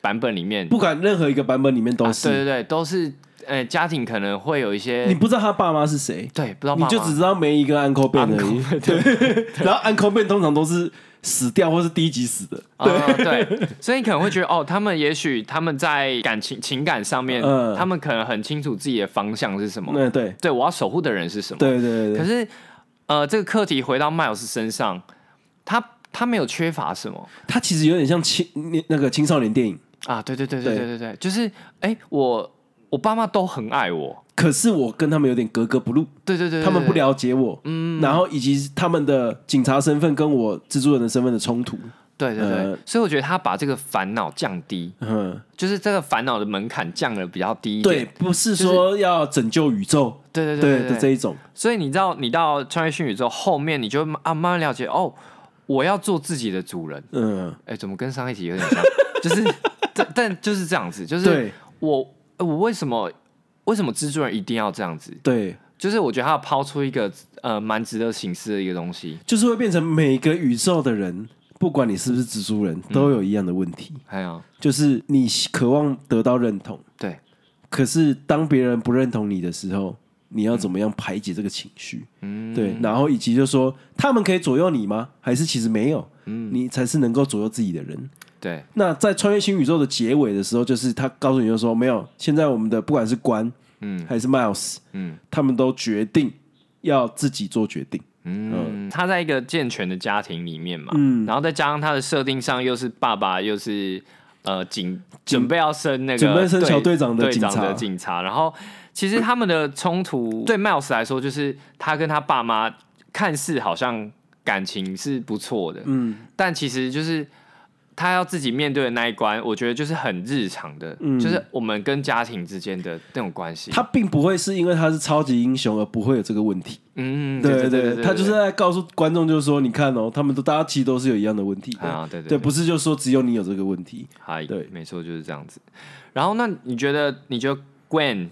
版本里面，啊
不管任何一个版本里面都
对
是，
对对，都是呃家庭可能会有一
你
些
不知道他爸妈是谁，
对不知道爸
你
妈
就只知道梅姨跟 Uncle Ben 而已。对，然后 Uncle Ben 通常都是死掉或是第一集死的。
啊、对，所以你可能会觉得哦，他们也许他们在感情情感上面，
嗯
他们可能很清楚自己的方向是什么，
那对
对我要守护的人是什么。
对对
嗯可
对，
是呃，这个课题回到迈尔斯身上，他他没有缺乏什么
它其实有点像青那那个青少年电影，
啊？对对对对对
对
对对，就是哎、我我爸妈都很爱我，
可是我跟他们有点格格不入，
对对对对
他们不
对
了解我，嗯，然后以及他们的警察身份跟我蜘蛛人的身份的冲突，
对对对，
呃
所以我觉得他把这个烦恼降低，
嗯，
就是这个烦恼的门槛降的比较低一
对，
点。
不是说要拯救宇宙，
对对对
对
对
的这一种，
所以你知道，你到穿越新宇宙后面，你就会啊慢慢了解哦，我要做自己的主人。
嗯，
哎，怎么跟上一集有点像？ 就是，但但就是这样子，就是
对
我呃我为什么为什么蜘蛛人一定要这样子？
对，
就是我觉得他要抛出一个呃蛮值得醒思的一个东西。
就是会变成每个宇宙的人，不管你是不是蜘蛛人，都有一样的问题，
还有，
就是你渴望得到认同，
哎对
可是当别人不认同你的时候，你要怎么样排解这个情绪？嗯，对，然后以及就说他们可以左右你吗？还是其实没有？嗯，你才是能够左右自己的人。
对，
那在穿越新宇宙的结尾的时候，就是他告诉你就说，没有，现在我们的不管是关，嗯，还是 Miles，
嗯
他们都决定要自己做决定。
嗯，他在一个健全的家庭里面嘛，
嗯
然后再加上他的设定上又是爸爸又是呃警准备要升那个
准备升小队长的
队
警察
长的警察，然后其实他们的冲 突对 Miles 来说，就是他跟他爸妈看似好像感情是不错的，
嗯，
但其实就是他要自己面对的那一关，我觉得就是很日常的，
嗯
就是我们跟家庭之间的那种关系。
他并不会是因为他是超级英雄而不会有这个问题。
嗯，
对
对对
他就是在告诉观众，就是说，你看哦，他们都大家其实都是有一样的问题的。
啊，对
对，不是就说只有你有这个问题。
嗨，
对
没错，就是这样子。然后，那你觉得，你觉得 Gwen，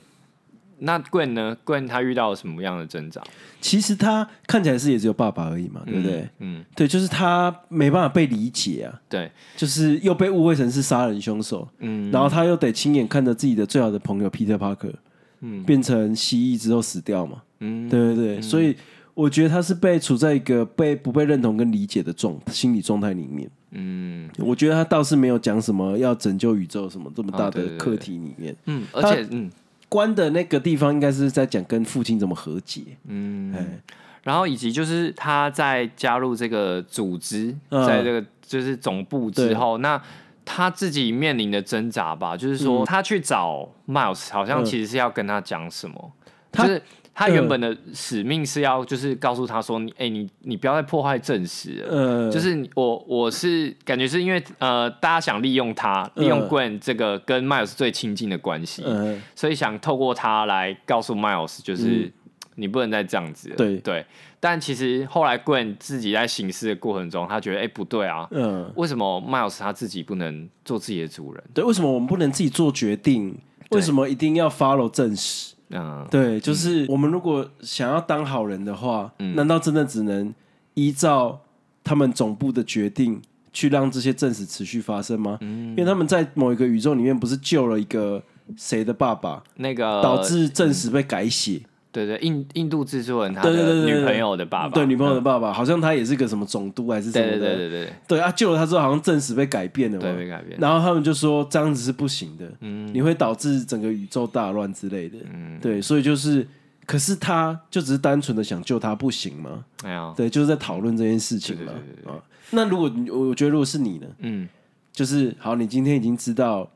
那 Gwen 呢？Gwen 她遇到了什么样的挣扎？
其实他看起来是也只有爸爸而已嘛，对不对？
嗯，嗯，
对，就是他没办法被理解啊，
对，
就是又被误会成是杀人凶手，
嗯，
然后他又得亲眼看着自己的最好的朋友 Peter Parker，
嗯
变成蜥蜴之后死掉嘛，
嗯，
对对对，所以我觉得他是被处在一个被不被认同跟理解的状心理状态里面。
嗯
我觉得他倒是没有讲什么要拯救宇宙什么这么大
哦对对对
的课题里面，
嗯，而
她
且，嗯
关的那个地方应该是在讲跟父亲怎么和解，
嗯
哎，
然后以及就是她在加入这个组织，
嗯
在这个就是总部之后，那。她自己面临的挣扎吧，就是说她去找 Miles，好像
嗯
其实是要跟他讲什么，
她嗯
就是她原本的使命是要就是告诉他说，你哎、你你不要再破坏正史了，
呃，
就是你我我是感觉是因为呃，大家想利用他，利用
嗯
Gwen 这个跟 Miles 最亲近的关系，
呃，
所以想透过他来告诉 Miles，就是、你不能再这样子了。
对
对，但其实后来 Gwen 自己在行事的过程中，他觉得哎、不对啊，
嗯、
为什么 Miles 他自己不能做自己的主人？
对，为什么我们不能自己做决定？
对
为什么一定要 follow 正史？
嗯，嗯
对，就是我们如果想要当好人的话，难道真的只能依照他们总部的决定去让这些正史持续发生吗？
嗯
因为他们在某一个宇宙里面不是救了一个谁的爸爸，
那个
导致正史被改写，
对对印印度蜘蛛人他
对对
的
对对
女
对
朋友的嗯爸爸，
对女朋友的爸爸，好像他也是个什么总督还是什
对
么的，
对对对对
对啊，救了他之后，好像正史被改变了
对
嘛，
对被改变。
然后他们就说这样子是不行的，你会导致整个宇宙大乱之类的，对，所以就是，可是他就只是单纯的想救他，不行吗？
哎呀，
对，就是在讨论这件事情嘛，啊，那如果你我我觉得如果是你呢，
嗯
就是好，你今天已经知道，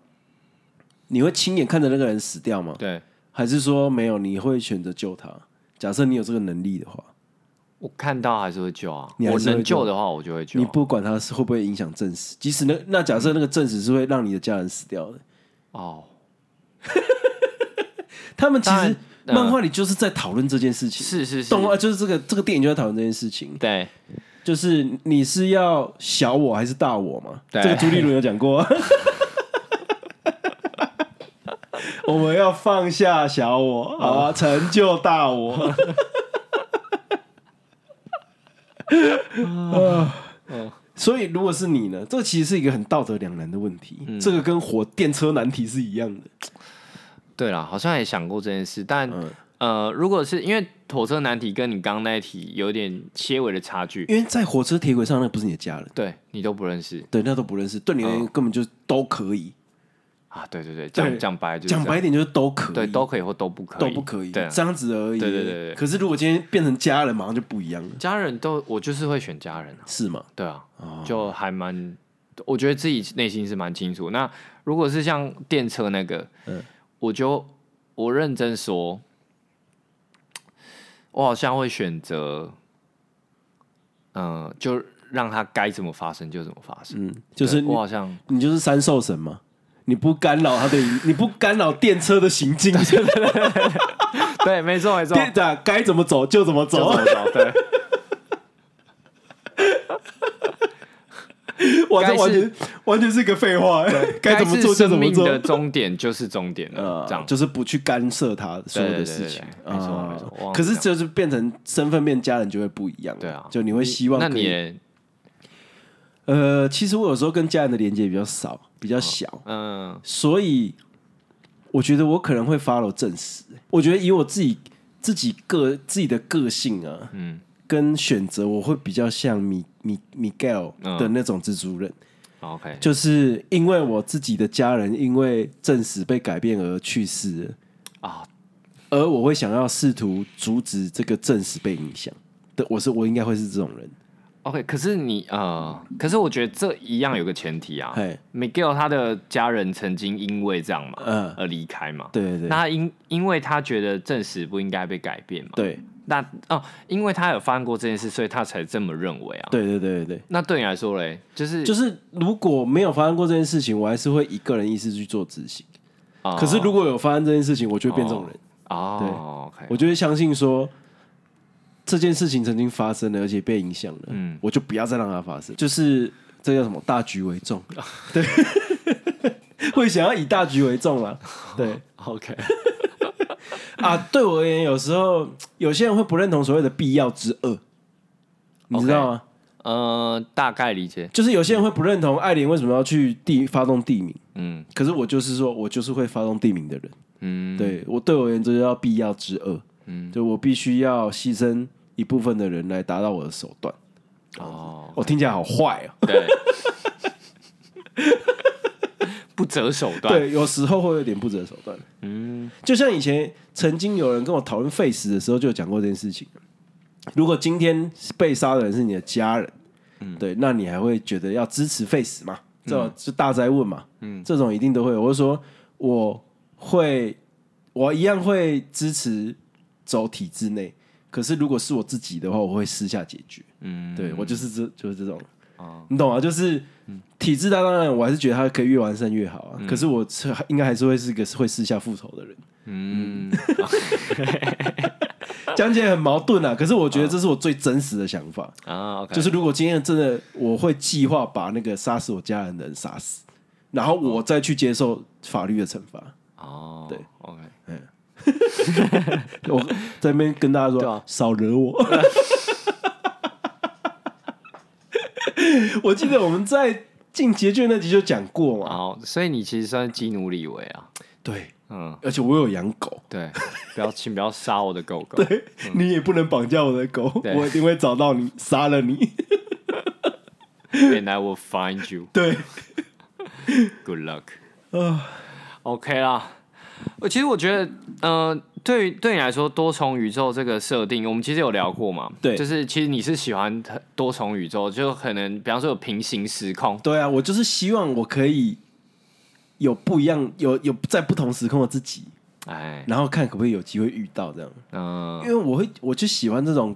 你会亲眼看着那个人死掉吗？
对。
还是说没有，你会选择救他？假设你有这个能力的话，
我看到还是会救啊，
你还
我
是会
能
救
救的话，我就会救
你
啊。
不管他是会不会影响证实，即使那那假设那个证实是会让你的家人死掉的，
哦，
他们其
当然
实
呃
漫画里就是在讨论这件事情，
是是是，
动画就是这个这个电影就在讨论这件事情，
对，
就是你是要小我还是大我嘛？
对
这个朱立伦有 讲过，我们要放下小我，好
哦
啊，成就大我。
嗯哦
啊所以，如果是你呢？这其实是一个很道德两难的问题，
嗯
这个跟火电车难题是一样的。
对啦，好像也想过这件事，但、
嗯
呃，如果是因为火车难题跟你刚刚那一题有点些微的差距，
因为在火车铁轨上那不是你的家人，
对你都不认识
对，那都不认识，对你而
嗯
言根本就都可以。
啊，对对对，讲
对
讲白就是这
讲
样
白一点就是都可以，
对都可以或都不可以，
都不可以，
对啊，
这样子而已。
对对对对
可是如果今天变成家人，马上就不一样了，
家人都我就是会选家人啊，
是吗？
对啊，
哦
就还蛮，我觉得自己内心是蛮清楚。那如果是像电车那个，
嗯
我就我认真说，我好像会选择，嗯、就让它该怎么发生就怎么发生。
嗯，就是
对
你
我好像
你就是三兽神嘛，你不干扰他的，你不干扰电车的行进，电
对，没错没错，
啊该怎么走就怎么
就
走
这，么走对。该是
哇，这 完全完全是一个废话， 该怎么
是
做就
生
怎么
命
做，
的终点就是终点了，
呃
这样，
就是不去干涉他所有的事
对对，
情
对对对
啊
没错没错我忘了
可是
讲
就是变成身份变家人就会不一样，
对啊
就你会希望
那
可
你
以
也
呃，其实我有时候跟家人的连接比较少，比较小，
嗯
所以我觉得我可能会 follow 正史。我觉得以我自己自己个自己的个性啊，
嗯
跟选择，我会比较像米米米盖尔
嗯
的那种蜘蛛人，
哦，OK，
就是因为我自己的家人因为正史被改变而去世了，
啊，
而我会想要试图阻止这个正史被影响。对，我是我应该会是这种人，
OK，可是你呃，可是我觉得这一样有个前提啊
嘿
，Miguel 他的家人曾经因为这样嘛，
嗯
而离开嘛，
对对对
那他因因为他觉得证实不应该被改变嘛，，
对
那哦、因为他有发生过这件事，所以他才这么认为啊。
对对对对对。
那对你来说嘞，就是
就是如果没有发生过这件事情，我还是会以个人意识去做执行。
哦
可是如果有发生这件事情，我就会变这种人，
哦，OK，
我就会相信说这件事情曾经发生了，而且被影响了，
嗯
我就不要再让它发生。就是这叫什么？大局为 重，对， 会想要以大局为重啦。对
OK，
啊，对我而言，有时候有些人会不认同所谓的必要之恶，你知道吗？
呃，大概理解，
就是有些人会不认同艾琳为什么要去地发动地名。
嗯
可是我就是说，我就是会发动地名的人。
嗯，
对我对我而言，这就叫必要之恶。
嗯
就我必须要牺牲一部分的人来达到我的手段。
哦，
我、听起来好坏哦。
对，不择手段，
对，有时候会有点不择手段。
嗯
就像以前曾经有人跟我讨论 face 的时候，就有讲过这件事情。如果今天被杀的人是你的家人，
嗯
对，那你还会觉得要支持 face 吗？这种就大灾问嘛，嗯，这种一定都会有。我就说我会，我一样会支持走体制内。可是如果是我自己的话，我会私下解决。
嗯，
对我就是这就是这种，
哦
你懂吗？就是体制大当然，我还是觉得他可以越完善越好啊。可是我是应该还是会是个会私下复仇的人，
嗯。
讲起来很矛盾啊。可是我觉得这是我最真实的想法，
啊，OK，
就是如果今天真的我会计划把那个杀死我家人的人杀死，然后我再去接受法律的惩罚。
哦，
对
，OK，
我在那边跟大家
哦对
说
啊，
少 惹我。我记得我们在进结卷那集就讲过嘛，
好，所以你其实算是基努里维啊，
对，
嗯，
而且我有养狗，
对，不要 请不要杀我的狗狗，
你也不能绑架我的狗，
对
我一定会找到你，杀了你。
，And I will find you,
对，
good luck。
啊，
OK 啦，我其实我觉得，呃，对于对你来说，多重宇宙这个设定，我们其实有聊过嘛，
对
就是其实你是喜欢多重宇宙，就可能比方说有平行时空，
对啊，我就是希望我可以有不一样，有有在不同时空的自己，
哎，
然后看可不可以有机会遇到这样，
嗯、
因为我会，我就喜欢这种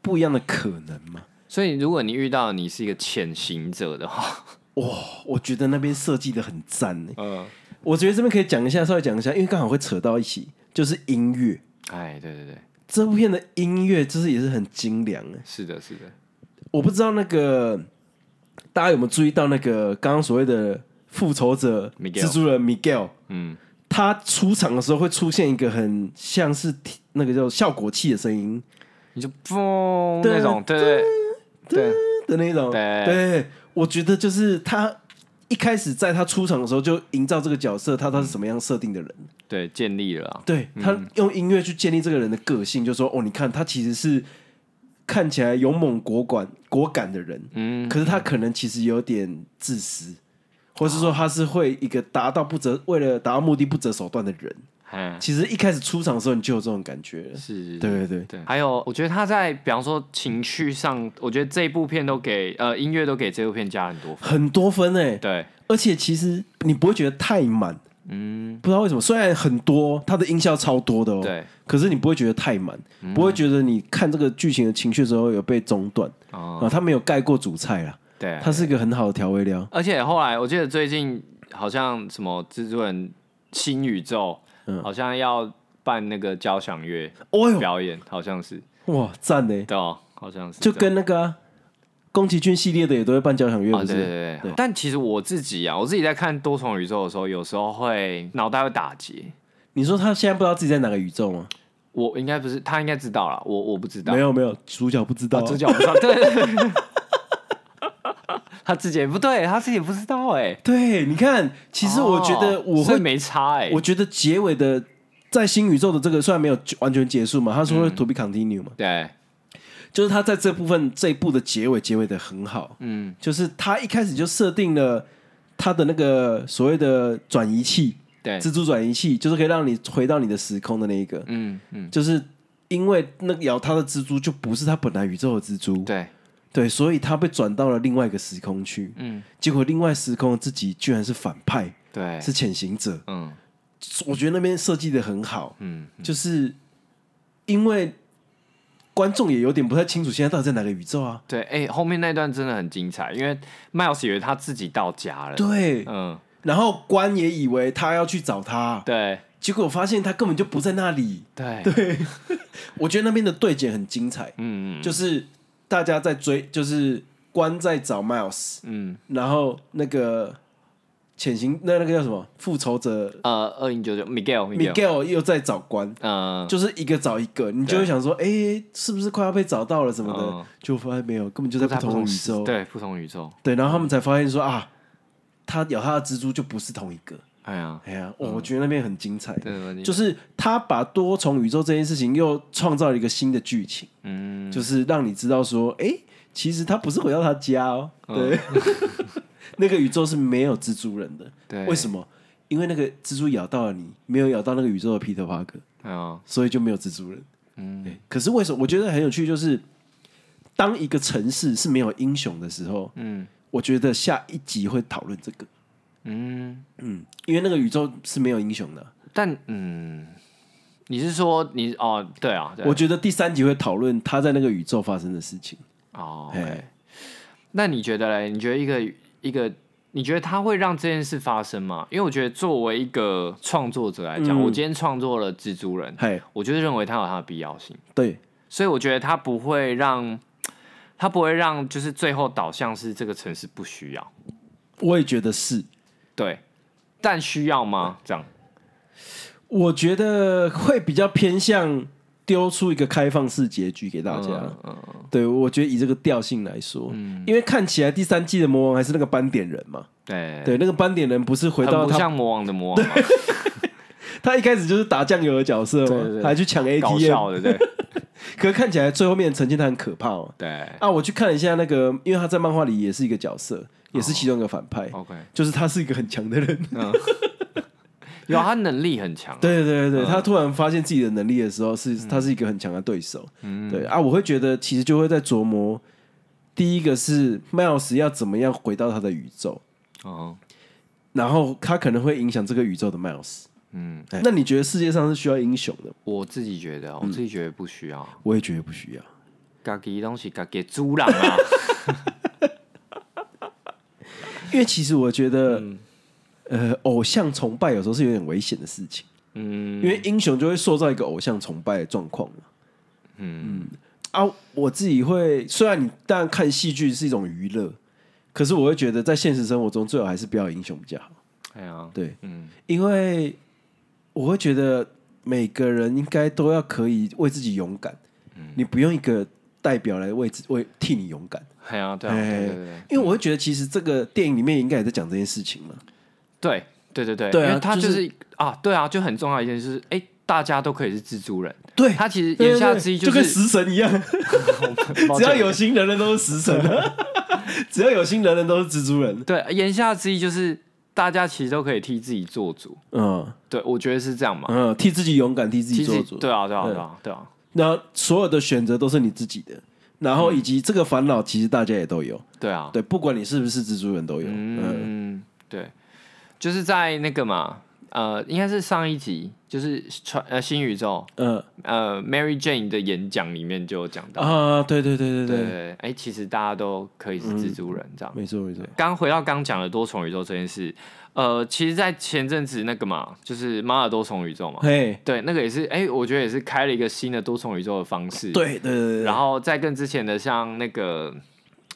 不一样的可能嘛。
所以如果你遇到你是一个潜行者的话，
哇、我觉得那边设计的很赞呢。
嗯，
我觉得这边可以讲一下，稍微讲一下，因为刚好会扯到一起，就是音乐。
哎，对对对，
这部片的音乐就是也是很精良哎，
是的，是的，
我不知道那个大家有没有注意到那个刚刚所谓的复仇者
Miguel
蜘蛛人 Miguel，
嗯，
他出场的时候会出现一个很像是那个叫效果器的声音
你就嘣
对
那种，对对对。
的那种。
对
对，我觉得就是他一开始在他出场的时候就营造这个角色，他他是什么样设定的人？
对，建立了啊，
对他用音乐去建立这个人的个性，就说哦，你看他其实是看起来勇猛果敢果敢的人，
嗯，
可是他可能其实有点自私，或是说他是会一个达到不择为了达到目的不择手段的人。
嗯，
其实一开始出场的时候你就有这种感觉了，
是，
对对对，
对，还有，我觉得他在比方说情绪上，我觉得这一部片都给呃音乐都给这部片加很多分。
很多分哎、
对，
而且其实你不会觉得太满，
嗯，
不知道为什么，虽然很多它的音效超多的哦，
对，嗯
可是你不会觉得太满，不会觉得你看这个剧情的情绪的时候有被中断
哦，哎
啊，它没有盖过主菜啦，
对，
它是一个很好的调味料。
而且后来我记得最近好像什么制作人新宇宙，
嗯
好像要办那个交响乐
哦哟，
表演，好像是，
哇，赞欸呢！
对哦，好像是这
就
样，
跟那个啊宫、崎骏系列的也都会办交响乐，
哦，
不
对
是？
对对
对
对。但其实我自己啊，我自己在看多重宇宙的时候，有时候会脑袋会打结。
你说他现在不知道自己在哪个宇宙吗？
我应该不是，他应该知道了，我我不知道，
没有没有，哦主角不知道、
啊啊，主角不知道，对对对。对 他自己也不对，他自己也不知道哎、
对，你看，其实我觉得
哦
我
所
会
以没差哎、
我觉得结尾的在新宇宙的这个虽然没有完全结束嘛，他
嗯
说会 to be continue 嘛，
对，
就是他在这部分这一部的结尾结尾的很好，
嗯，
就是他一开始就设定了他的那个所谓的转移器，
对，
蜘蛛转移器，就是可以让你回到你的时空的那一个，
嗯嗯，
就是因为那个咬他的蜘蛛就不是他本来宇宙的蜘蛛，
对，
对，所以他被转到了另外一个时空去，
嗯
结果另外时空的自己居然是反派，
对，
是潜行者，
嗯
我觉得那边设计的很好。
嗯，
就是因为观众也有点不太清楚现在到底在哪个宇宙啊。
对，哎、后面那段真的很精彩，因为 Miles 以为他自己到家了，
对，
嗯，
然后关也以为他要去找他，
对
结果发现他根本就不在那里。
对，
我觉得那边的对决很精彩，
嗯嗯
就是大家在追，就是关在找 Miles，
嗯，
然后那个潜行那那个叫什么复仇者
呃，二零九九 Miguel Miguel，
Miguel 又在找关。
嗯，
就是一个找一个，你就会想说，哎、是不是快要被找到了什么的？
嗯
就发现没有，根本就在不同宇
时
宙。
对，不同宇宙，
对，然后他们才发现说啊，他咬他的蜘蛛就不是同一个。
哎呀，
哎呀，哦我觉得那边很精彩，
对对对，
就是他把多重宇宙这件事情又创造了一个新的剧情，
嗯，
就是让你知道说，哎、其实他不是回到他家哦，对， 那个宇宙是没有蜘蛛人的，
对，
为什么？因为那个蜘蛛咬到了你，没有咬到那个宇宙的 Peter Parker，
哎呀，
所以就没有蜘蛛人。
嗯，
对可是为什么？我觉得很有趣，就是当一个城市是没有英雄的时候，
嗯
我觉得下一集会讨论这个，
嗯，
嗯，因为那个宇宙是没有英雄的啊。
但嗯，你是说你哦，对啊，对
我觉得第三集会讨论他在那个宇宙发生的事情。
哦
嘿
，OK，那你觉得嘞？你觉得一个一个，你觉得他会让这件事发生吗？因为我觉得作为一个创作者来讲，
嗯
我今天创作了蜘蛛人，
嘿，
我就是认为它有它的必要性，
对，
所以我觉得它不会让。它不会让，就是最后导向是这个城市不需要，
我也觉得是。
对，但需要吗？这样，
我觉得会比较偏向丢出一个开放式结局给大家。
嗯嗯嗯
对，我觉得以这个调性来说，因为看起来第三季的魔王还是那个斑点人嘛。
对，
对，那个斑点人不是回
很
到
不
他
像魔王的魔王嘛，
他一开始就是打酱油的角色嘛，
对对对
还去抢
搞
ATM，
笑的，对
可是看起来最后面呈现他很可怕哦。
对
啊，我去看了一下那个，因为他在漫画里也是一个角色，也
哦
是其中一个反派，
，OK，
就是他是一个很强的人。
嗯，有啊他能力很强，
对对对对，他突然发现自己的能力的时候，是他是一个很强的对手。对啊，我会觉得其实就会在琢磨，第一个是 Miles 要怎么样回到他的宇宙，
哦，
然后他可能会影响这个宇宙的 Miles。
嗯，
哎那你觉得世界上是需要英雄的吗？
我自己觉得，我
嗯
自己觉得不需要，啊
我也觉得不需要。
家己东西家己主人 啊，
因为其实我觉得，呃，偶像崇拜有时候是有点危险的事情，
嗯
因为英雄就会塑造一个偶像崇拜的状况嘛。
嗯，
啊，我自己会，虽然你当然看戏剧是一种娱乐，可是我会觉得在现实生活中最好还是不要有英雄比较好，
哎呀，
对，
嗯，
因为我会
嗯
觉得每个人应该都要可以为自己勇敢，你不用一个代表来为自为替你勇敢。
哎呀，对啊，对对对对
因为我会觉得其实这个电影里面应该也在讲这件事情嘛。
对对对对，
对啊
因为他、
就是
啊，对啊，就很重要一件事，哎、大家都可以是蜘蛛 人，
对
他其实
对
言
对
下
对
之意
就是跟食神一样，只要有心人人都是食神啊，只要有心人人都是蜘蛛人。
对，言下之意就是大家其实都可以替自己做主，
嗯
对我觉得是这样嘛，
嗯，替自己勇敢，替自己
其
做
实
主。
对啊对啊对啊对啊
那所有的选择都是你自己的，然
嗯
后以及这个烦恼，其实大家也都有。
对啊，
对，不管你是不是蜘蛛人，都有。嗯，
嗯，对，就是在那个嘛，呃，应该是上一集就是传呃新宇宙
嗯
呃 Mary Jane 的演讲里面就有讲到，
啊，对对对对嗯
对对
对，
对，哎、其实大家都可以是蜘蛛人这样。
没错没错。
刚回到刚讲的多重宇宙这件事，呃，其实，在前阵子那个嘛，就是《妈的多重宇宙》 嘛，
嘿，
对，那个也是，哎、我觉得也是开了一个新的多重宇宙的方式。，
对对对对，
然后再跟之前的像那个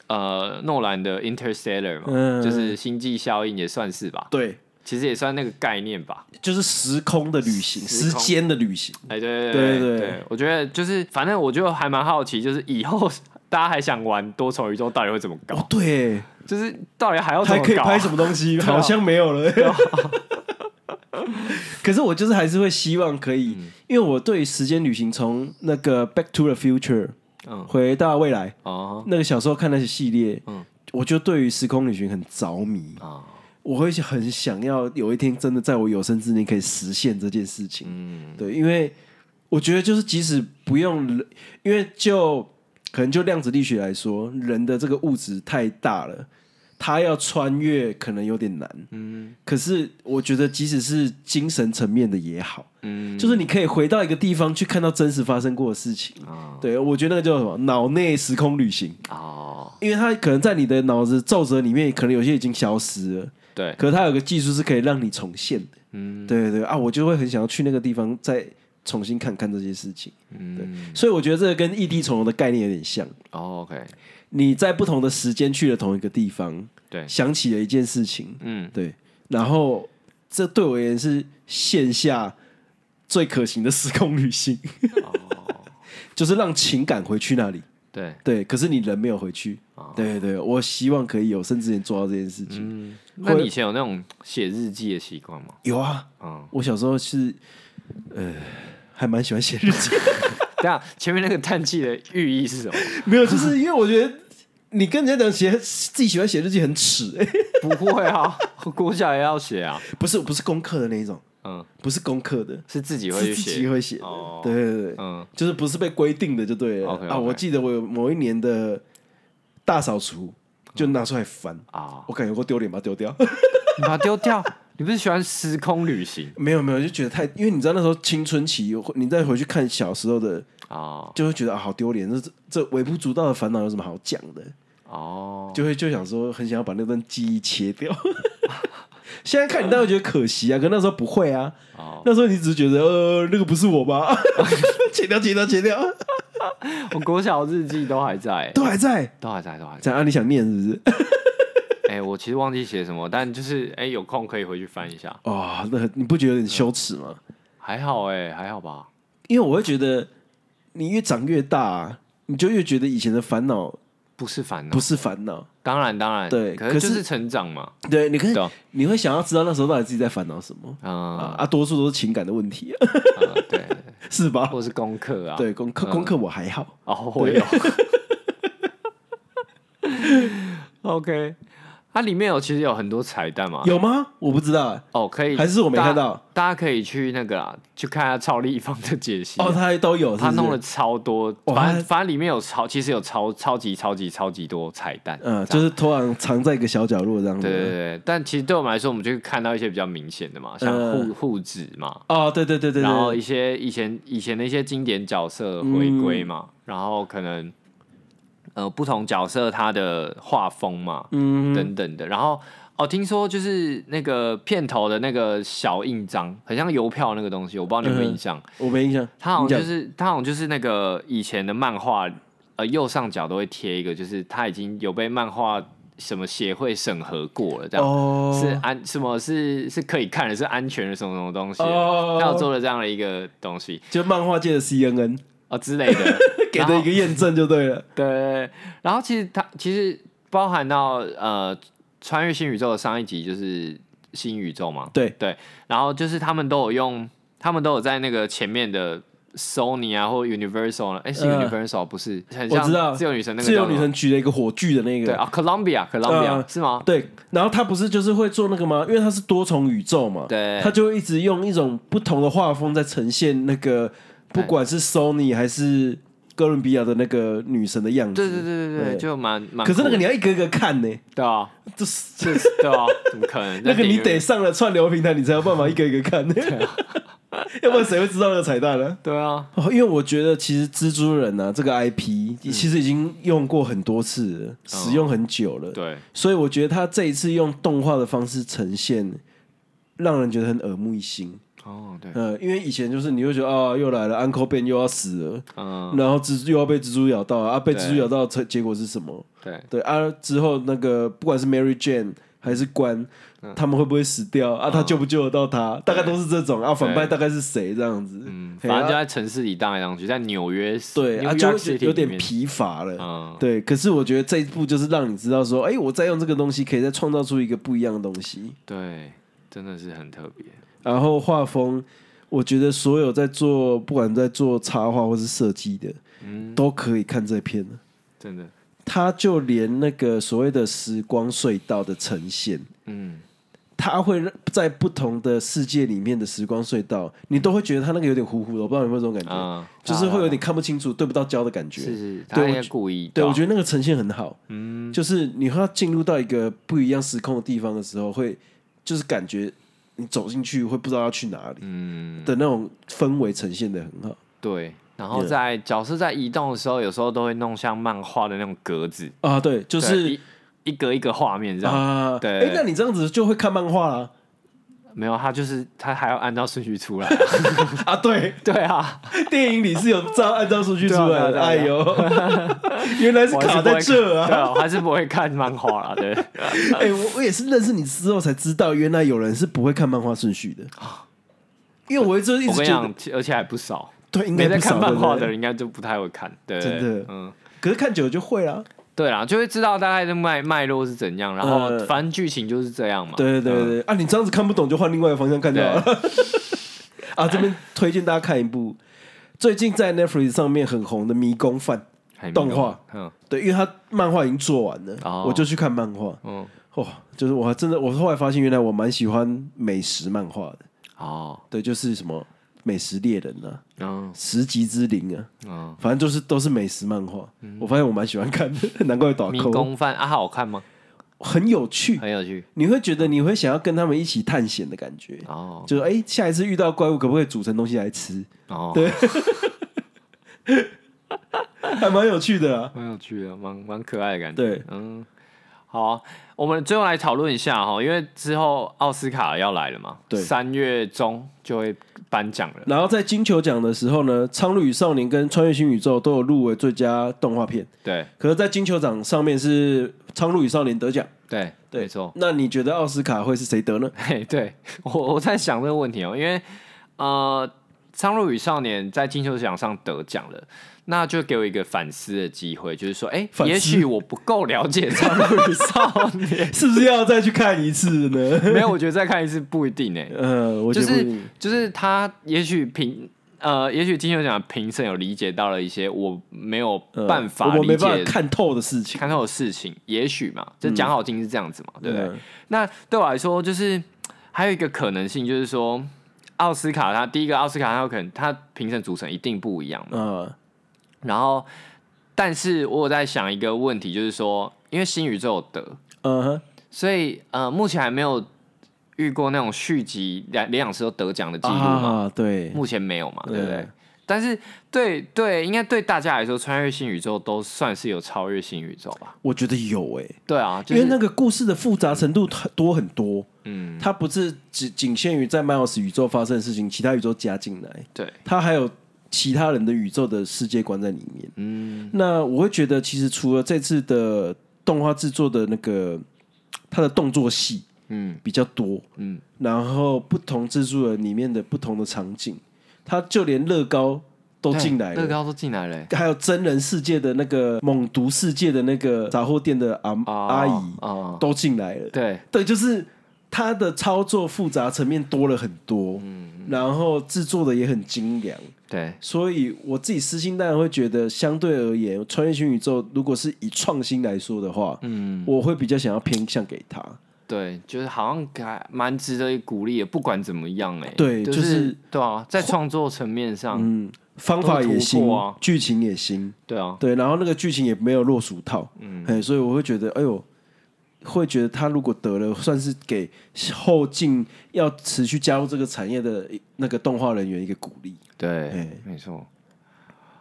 呃诺兰的《Interstellar》嘛，
嗯
就是《星际效应》也算是吧，
对，
其实也算那个概念吧。
就是时空的旅行，时
时空
间的旅行。
哎、对
对
对
对对
我觉得就是，反正我就还蛮好奇，就是以后 大家还想玩多重宇宙到底会怎么搞
哦，，对，
就是到底还要怎
还
么搞、啊，
可以拍什么东西？
啊
好像没有了。 可是我就是还是会希望可以，
嗯
因为我对时间旅行从那个《Back to the Future》
嗯
回到未来
哦
那个小时候看那些系列，
嗯
我就对于时空旅行很着迷，
啊，
我会很想要有一天真的在我有生之年可以实现这件事情。
嗯。
对，因为我觉得就是即使不用人，因为就可能就量子力学来说，人的这个物质太大了，它要穿越可能有点难。嗯，可是我觉得即使是精神层面的也好，
嗯
就是你可以回到一个地方去看到真实发生过的事情。
啊
对，我觉得那个叫什么脑内时空旅行，
哦，
因为它可能在你的脑子皱褶里面，可能有些已经消失了。
对，
可是它有个技术是可以让你重现的，
嗯
对对对啊，我就会很想要去那个地方再重新看看这些事情，
嗯
所以我觉得这个跟异地重游的概念有点像，
哦，OK，
你在不同的时间去了同一个地方，
对，
想起了一件事情，
嗯，
对，然后这对我而言是线下最可行的时空旅行，
哦
就是让情感回去那里，
对，
对，可是你人没有回去，对对对，我希望可以有生之年做到这件事情，
哦嗯，那你以前有那种写日记的习惯吗？
有啊，
嗯，
我小时候是，呃，还蛮喜欢写日记。
对啊，前面那个叹气的寓意是什 么？
没有，就是因为我觉得你跟人家讲写自己喜欢写日记很耻、 欸，
不会啊，国小也要写啊，
不是不是功课的那一种，
嗯，
不是功课的，
是自己会
是
去
自己
写，
会写的，
哦
对对对，
嗯，
就是不是被规定的就对了
OK，OK
啊！我记得我有某一年的大扫除就拿出来翻，
啊，
我感觉我丢脸把它丢掉，
你把它丢掉，你不是喜欢时空旅行
没有没有，就觉得太，因为你知道那时候青春期，你再回去看小时候的，
啊？
就会觉得啊好丢脸，这这微不足道的烦恼有什么好讲的？
哦，
就会就想说，很想要把那段记忆切掉。 现在看你当然觉得可惜啊，可那时候不会啊。
哦，
那时候你只是觉得，呃，那个不是我吧？ 切掉，切掉，切
哎
掉，
我国小日记都还在，
都还在。
都还在，都还在。
这样啊，你想念是不是？
哎，我其实忘记写什么，但就是哎，有空可以回去翻一下。
哇、哦那你不觉得有点羞耻吗？
还好哎，还好吧。
因为我会觉得，你越长越大、啊，你就越觉得以前的烦恼
不是烦恼
不，是烦恼。
当然当然，
对
可
可
是就是是成长嘛，
对，你看
对啊，
你会想要知道那时候到底自己在烦恼什么
嗯，
啊？啊，多数都是情感的问题、 啊，
呃对，
是吧？
或是功课啊，，
对，功课功课我还好。
哦，我有 ，OK，它里面有其实有很多彩蛋嘛，
有吗？我不知道、欸，
哦，可以，
还是我没看到
大家，大家可以去那个啦，去看下超立方的解析。啊
哦，他还都有，是不
他
是
弄了，超多，
哇
反正
他
反正里面有超，其实有超超级超级超级多彩蛋，
嗯，
这
就
样
是突然藏在一个小角落这样子。
对对对，但其实对我们来说，我们就会看到一些比较明显的嘛，像
嗯
护护指嘛，
哦，对对对对对，
然后一些以前以前的一些经典角色回归嘛，
嗯
然后可能呃不同角色他的画风嘛、
嗯，
等等的，然后哦听说就是那个片头的那个小印章，很像邮票那个东西，我不知道你有没有印象，
我没嗯印象，
它好
你讲
像就是它好像就是那个以前的漫画呃右上角都会贴一个，就是它已经有被漫画什么协会审核过了这样。
哦，
是安什么是是可以看的，是安全的什么什么东西的，
哦
他有做了这样的一个东西，
就漫画界的 CNN，，
啊之类的
给的一个验证就对了。
对对对，然后其实它其实包含到呃，穿越新宇宙的上一集就是新宇宙嘛，
对
对，然后就是他们都有用，他们都有在那个前面的 Sony 啊或 Universal 呢，哎是
嗯
Universal 不是，很
我
像
知道，
自由女神那个
自由
叫什
女
么
神举了一个火炬的那
对
个，
啊，Columbia Columbia、
嗯
是吗？
对，然后他不是就是会做那个吗？因为他是多重宇宙嘛，
对
他就会一直用一种不同的画风在呈现那个，不管是 Sony 还是哥伦比亚的那个女神的样子。
对对对对对，
对
就蛮蛮酷的。
可是那个你要一个一个看呢、
对啊，
就是
这对啊，怎么可能？
那
在
个你
电影
得
院
上了串流平台，你才有办法一个一个看、 要不然谁会知道那个彩蛋呢、
对啊，
哦，因为我觉得其实蜘蛛人啊这个 IP 其实已经用过很多次了，使用很久了，
对
所以我觉得他这一次用动画的方式呈现，让人觉得很耳目一新。
哦对，
呃，因为以前就是你会觉得啊、又来了，Uncle Ben 又要死了，
嗯
然后蜘蛛又要被蜘蛛咬到啊，啊被
对
蜘蛛咬到成结果是什么？
对
对啊，之后那个不管是 Mary Jane 还是关，
嗯
他们会不会死掉啊？他救不救得到他？大概都是这种啊，反派大概是谁这样子？嗯
反正就在城市里荡来荡去，在纽约市
对
，New
啊，就
York
会觉
City
得有
里
点
面
疲乏了。
嗯
对，可是我觉得这一步就是让你知道说，哎、我再用这个东西，可以再创造出一个不一样的东西。
对，真的是很特别。
然后画风，我觉得所有在做，不管在做插画或是设计的，都可以看这篇了。
真的，
他就连那个所谓的时光隧道的呈现，
嗯，
它会让在不同的世界里面的时光隧道，你都会觉得它那个有点糊糊的，我不知道你有没有这种感觉，
嗯
就是会有点看不清楚、对不到焦的感觉。
是是，他
对
应
我
该
觉
故意的，
对，我觉得那个呈现很好，嗯，就是你要进入到一个不一样时空的地方的时候，会就是感觉你走进去会不知道要去哪里
嗯，
的那种氛围呈现的很好。
对。然后在角色在移动的时候，有时候都会弄像漫画的那种格子，
啊，对，就
就是一一格一格画面这样。
啊，
对
哎，那你这样子就会看漫画啦。
没有，他就是他还要按照顺序出来。
啊，对，
对啊，
电影里是有照按照数据出
对
来的。
啊
哎
对啊
呦， 原来是
我还
卡
不会
在这
看对
啊！
啊，我还是不会看漫画啦。 对，
哎，我我也是认识你之后才知道，原来有人是不会看漫画顺序的。因为我一直一
啊我跟你
直觉得
讲，，而且还不少。
对，应该
没在
不
看
少
漫画
对不
的
对
人应该就不太会看。对，
真的
嗯。
可是看久了就会啊啦。
对啦，就会知道大概的脉脉络是怎样，然后
呃
反正剧情就是这样嘛。
对对对对，啊，你这样子看不懂就换另外一个方向看就好了。 啊，这边推荐大家看一部最近在 Netflix 上面很红的《迷宫饭
海绵
动
狗
画，
嗯》，
对，因为它漫画已经做完了，
哦
我就去看漫画。
嗯，
哦，就是我还真的，我后来发现原来我蛮喜欢美食漫画的，
哦，
对，就是什么美食猎人啊，
嗯
食级之灵啊，
嗯，
反正就是都是美食漫画。我发现我蛮喜欢看的， 难怪会打
迷
扣，
宫饭啊，好看吗？
很有趣，
很有趣
你会觉得你会想要跟他们一起探险的感觉。
哦
就是哎、诶下一次遇到怪物可不可以煮成东西来吃？
哦，
对还蛮有趣的啊啦。
蛮有趣的，蛮蛮可爱的感觉。
对，
嗯，好啊、我们最后来讨论一下哈，因为之后奥斯卡要来了嘛，
对
三月中就会颁奖了。
然后在金球奖的时候呢，《苍鹭与少年》跟《穿越新宇宙》都有入围最佳动画片，
对
可是，在金球奖上面是《苍鹭与少年》得奖。
对
对
没错。
那你觉得奥斯卡会是谁 得呢？
嘿，哎对我我在想这个问题哦、因为呃，《苍鹭与少年》在金球奖上得奖了，那就给我一个反思的机会，就是说，哎、
反思
也许我不够了解《苍鹭与少年 ，
是不是要再去看一次呢？》
没有，我觉得再看一次不一定哎、
呃，我觉
就
得不一
是
定
就是他也许评。呃，也许金球奖评审有理解到了一些我没有
呃
办法
我
理
们
解
没
的、
办法看透的事情。
看透的事情，也许嘛，就讲好听是这样子嘛，对不对？
嗯
那对我来说，就是还有一个可能性，就是说奥斯卡它第一个奥斯卡它有可能它评审组成一定不一样嘛。
啊，
然后，但是我有在想一个问题，就是说，因为新宇宙有得，
嗯哼，
所以呃，目前还没有遇过那种续集两两师都得奖的记录嘛。
啊，对，
目前没有嘛，对不对
对？
但是对对，应该对大家来说，穿越新宇宙都算是有超越新宇宙吧？
我觉得有诶、
对啊，就
因为那
是
个故事的复杂程度很多很多，
嗯，
它不是只仅限于在 Miles 宇宙发生的事情，其他宇宙加进来，
对，
它还有其他人的宇宙的世界观在里面。
嗯，
那我会觉得，其实除了这次的动画制作的那个它的动作戏，
嗯，
比较多，
嗯
嗯，然后不同蜘蛛人里面的不同的场景，它就连乐高都进来
乐
了。
高都进来了、欸
还有真人世界的那个猛毒世界的那个杂货店的阿、
哦
阿姨
哦
都进来了，
对，
对，就是它的操作复杂层面多了很多，嗯，然后制作的也很精良，
对，
所以我自己私心当然会觉得，相对而言，《穿越新宇宙》如果是以创新来说的话，
嗯，
我会比较想要偏向给他。
对，就是好像还蛮值得鼓励的，不管怎么样、欸，哎，
对
就
就是
对啊，在创作层面上，
嗯，方法也
都
新
突破啊，
剧、情也新，
对啊，
对，然后那个剧情也没有落俗套，嗯，哎，所以我会觉得，哎呦，会觉得他如果得了，算是给后进要持续加入这个产业的那个动画人员一个鼓励。
对，
哎
没错。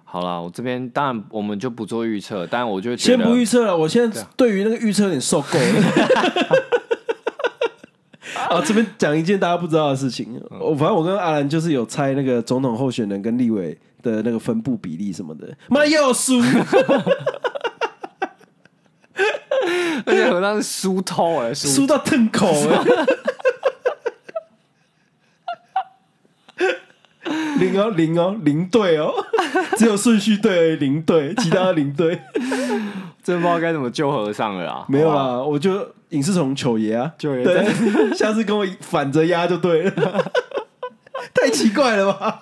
好啦，我这边当然我们就不做预测，但我就觉
先
得
不预测了，我现在对于那个预测有点受够了。 啊，这边讲一件大家不知道的事情。我反正我跟阿兰就是有猜那个总统候选人跟立委的那个分布比例什么的，妈又输。
而且好像是书透 哎、欸，
输到腾口了。零哦零哦零对哦，只有顺序对而已，零对，其他的零对
真不知道该怎么救和尚了啦。
没有
好吧，
啦。我就影视虫糗爷啊，
糗爷
对， 下次跟我反着压就对了， 太奇怪了吧？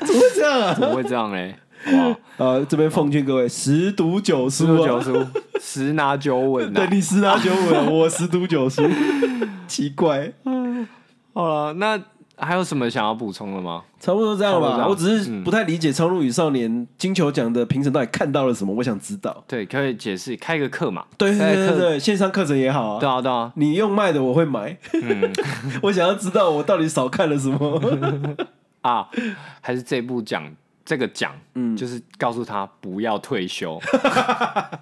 怎么会这样
怎
啊？
么会这样嘞？好不 好？
呃，这边奉劝各位，十赌九
十
输
赌
啊，
九输，十拿九稳啊呐、
对你十拿九稳，我十赌九 输，奇怪。
好了，那还有什么想要补充的吗？
差不多这样嗯
差不多这
吧，
样
我只是不太理解《超路与少年》金球奖的评审到底看到了什么，我想知道。
对，可以解释，开个课嘛。
对
开个
对对
课
对，对，线上哎课程也好
对
啊，嗯
啊，对啊，
你用卖的我会买， 我想要知道我到底少看了什么。
啊，还是这部奖，这个奖，嗯，就是告诉他不要退休，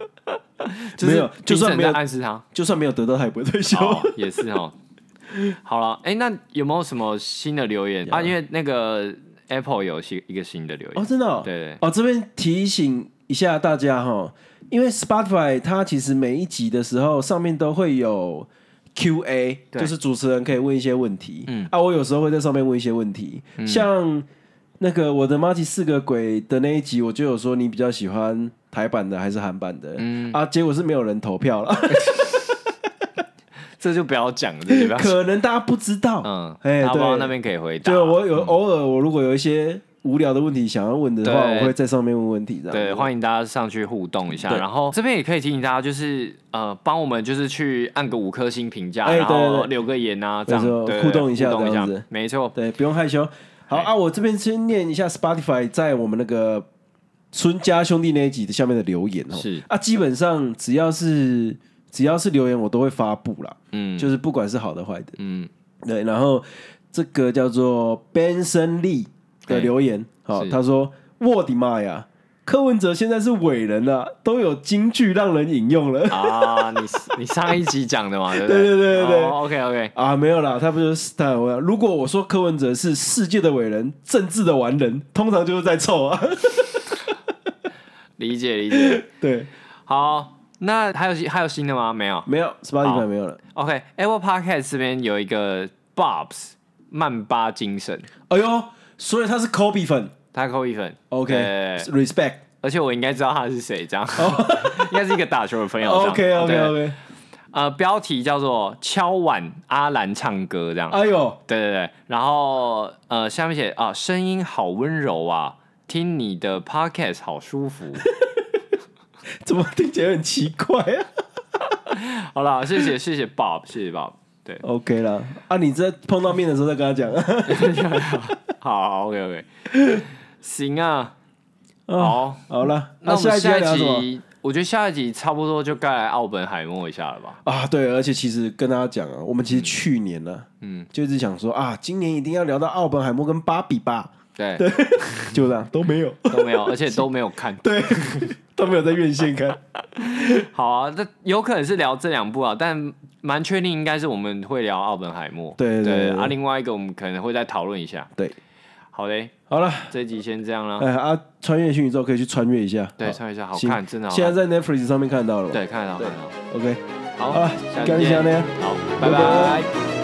没有就
评
算
审
没有
在暗示 他，
就算没有得到，他也不会退休。
哦，也是哦。好了，哎、那有没有什么新的留言啊？因为那个 Apple 有新一个新的留言，
哦，真的哦，
对对
哦，这边提醒一下大家哈，因为 Spotify 它其实每一集的时候上面都会有 Q&A，
对
就是主持人可以问一些问题。
嗯
啊，我有时候会在上面问一些问题，像那个我的妈吉四个鬼的那一集，我就有说你比较喜欢台版的还是韩版的？
嗯
啊，结果是没有人投 票了，
这就不要讲了，这就不要讲。
可能大家不知道。
嗯，
哎，
大家不知道
对，
那边可以回答。
对啊我有偶尔我如果有一些无聊的问题想要问的话，
对
我会在上面问问题这样。
对，欢迎大家上去互动一下。
对
然后这边也可以提醒大家，就是呃，帮我们就是去按个五颗星评价，
哎
然
对对
后
对
留个言啊，这样
没错
对对对
互动一下
互动一
这
下
样子，
没错。
对，不用害羞。好
哎
啊，我这边先念一下 Spotify 在我们那个孙家兄弟那一集的下面的留言哦。
是
啊，基本上只要是只要是留言，我都会发布啦，
嗯
就是不管是好的坏的。
嗯，
对，然后这个叫做 Benson Lee 的留言，好、
哎是
他说：“我的妈呀！”柯文哲现在是伟人了、都有京剧让人引用了
啊，你你上一集讲的嘛，对不哦
对
对
对对对对
o k OK，
啊，没有啦，他不就是他有问，如果我说柯文哲是世界的伟人、政治的完人，通常就是在凑啊。
理解理解。
对，
好，那还有新还有新的吗？没有。
没有 Spotify
好
没有了。
OK，Apple、Podcast 这边有一个 Bob's 曼巴精神，
哎呦，所以他是 Kobe 粉
他扣一分。对
，OK，respect。
而且我应该知道他是谁，这样，
哦
应该是一个打球的朋友。
OK
这样
OK
哦对
OK，
呃，标题叫做“敲碗阿兰唱歌”这样。
哎呦，
对对对，然后呃，下面写啊，声音好温柔啊，听你的 podcast 好舒 服。
怎么听起来很奇怪啊
好啦，谢谢谢谢 Bob，谢谢 Bob。对，
？OK 啦，啊，你在碰到面的时候再跟他讲 啊。
好好，OK OK，行啊，
哦，
好，
好了，
那我
下
们
一集要
下
聊
一
什么？
集，我觉得下一集差不多就该来奥本海默一下了吧？
啊，对，而且其实跟大家讲啊，我们其实去年呢、
嗯
嗯，就一直想说啊，今年一定要聊到奥本海默跟芭比吧，
对，
就这样都没有，
都没有，而且都没有看。
对，都没有在院线看。
好啊，那有可能是聊这两部啊，但蛮确定应该是我们会聊奥本海默。
对对对对
啊，另外一个我们可能会再讨论一下。
对，
好嘞，
好了，
这一集先这样啦。
哎啊，穿越新宇宙可以去穿越一下，
对，
好
穿一下好
行
看，真的好
现
看。
在在 Netflix 上面看到了吧？
对，看得到，看得到。
，OK，
好，
好了
下，次
啊感谢
见
呢。
好，拜
拜
拜
拜。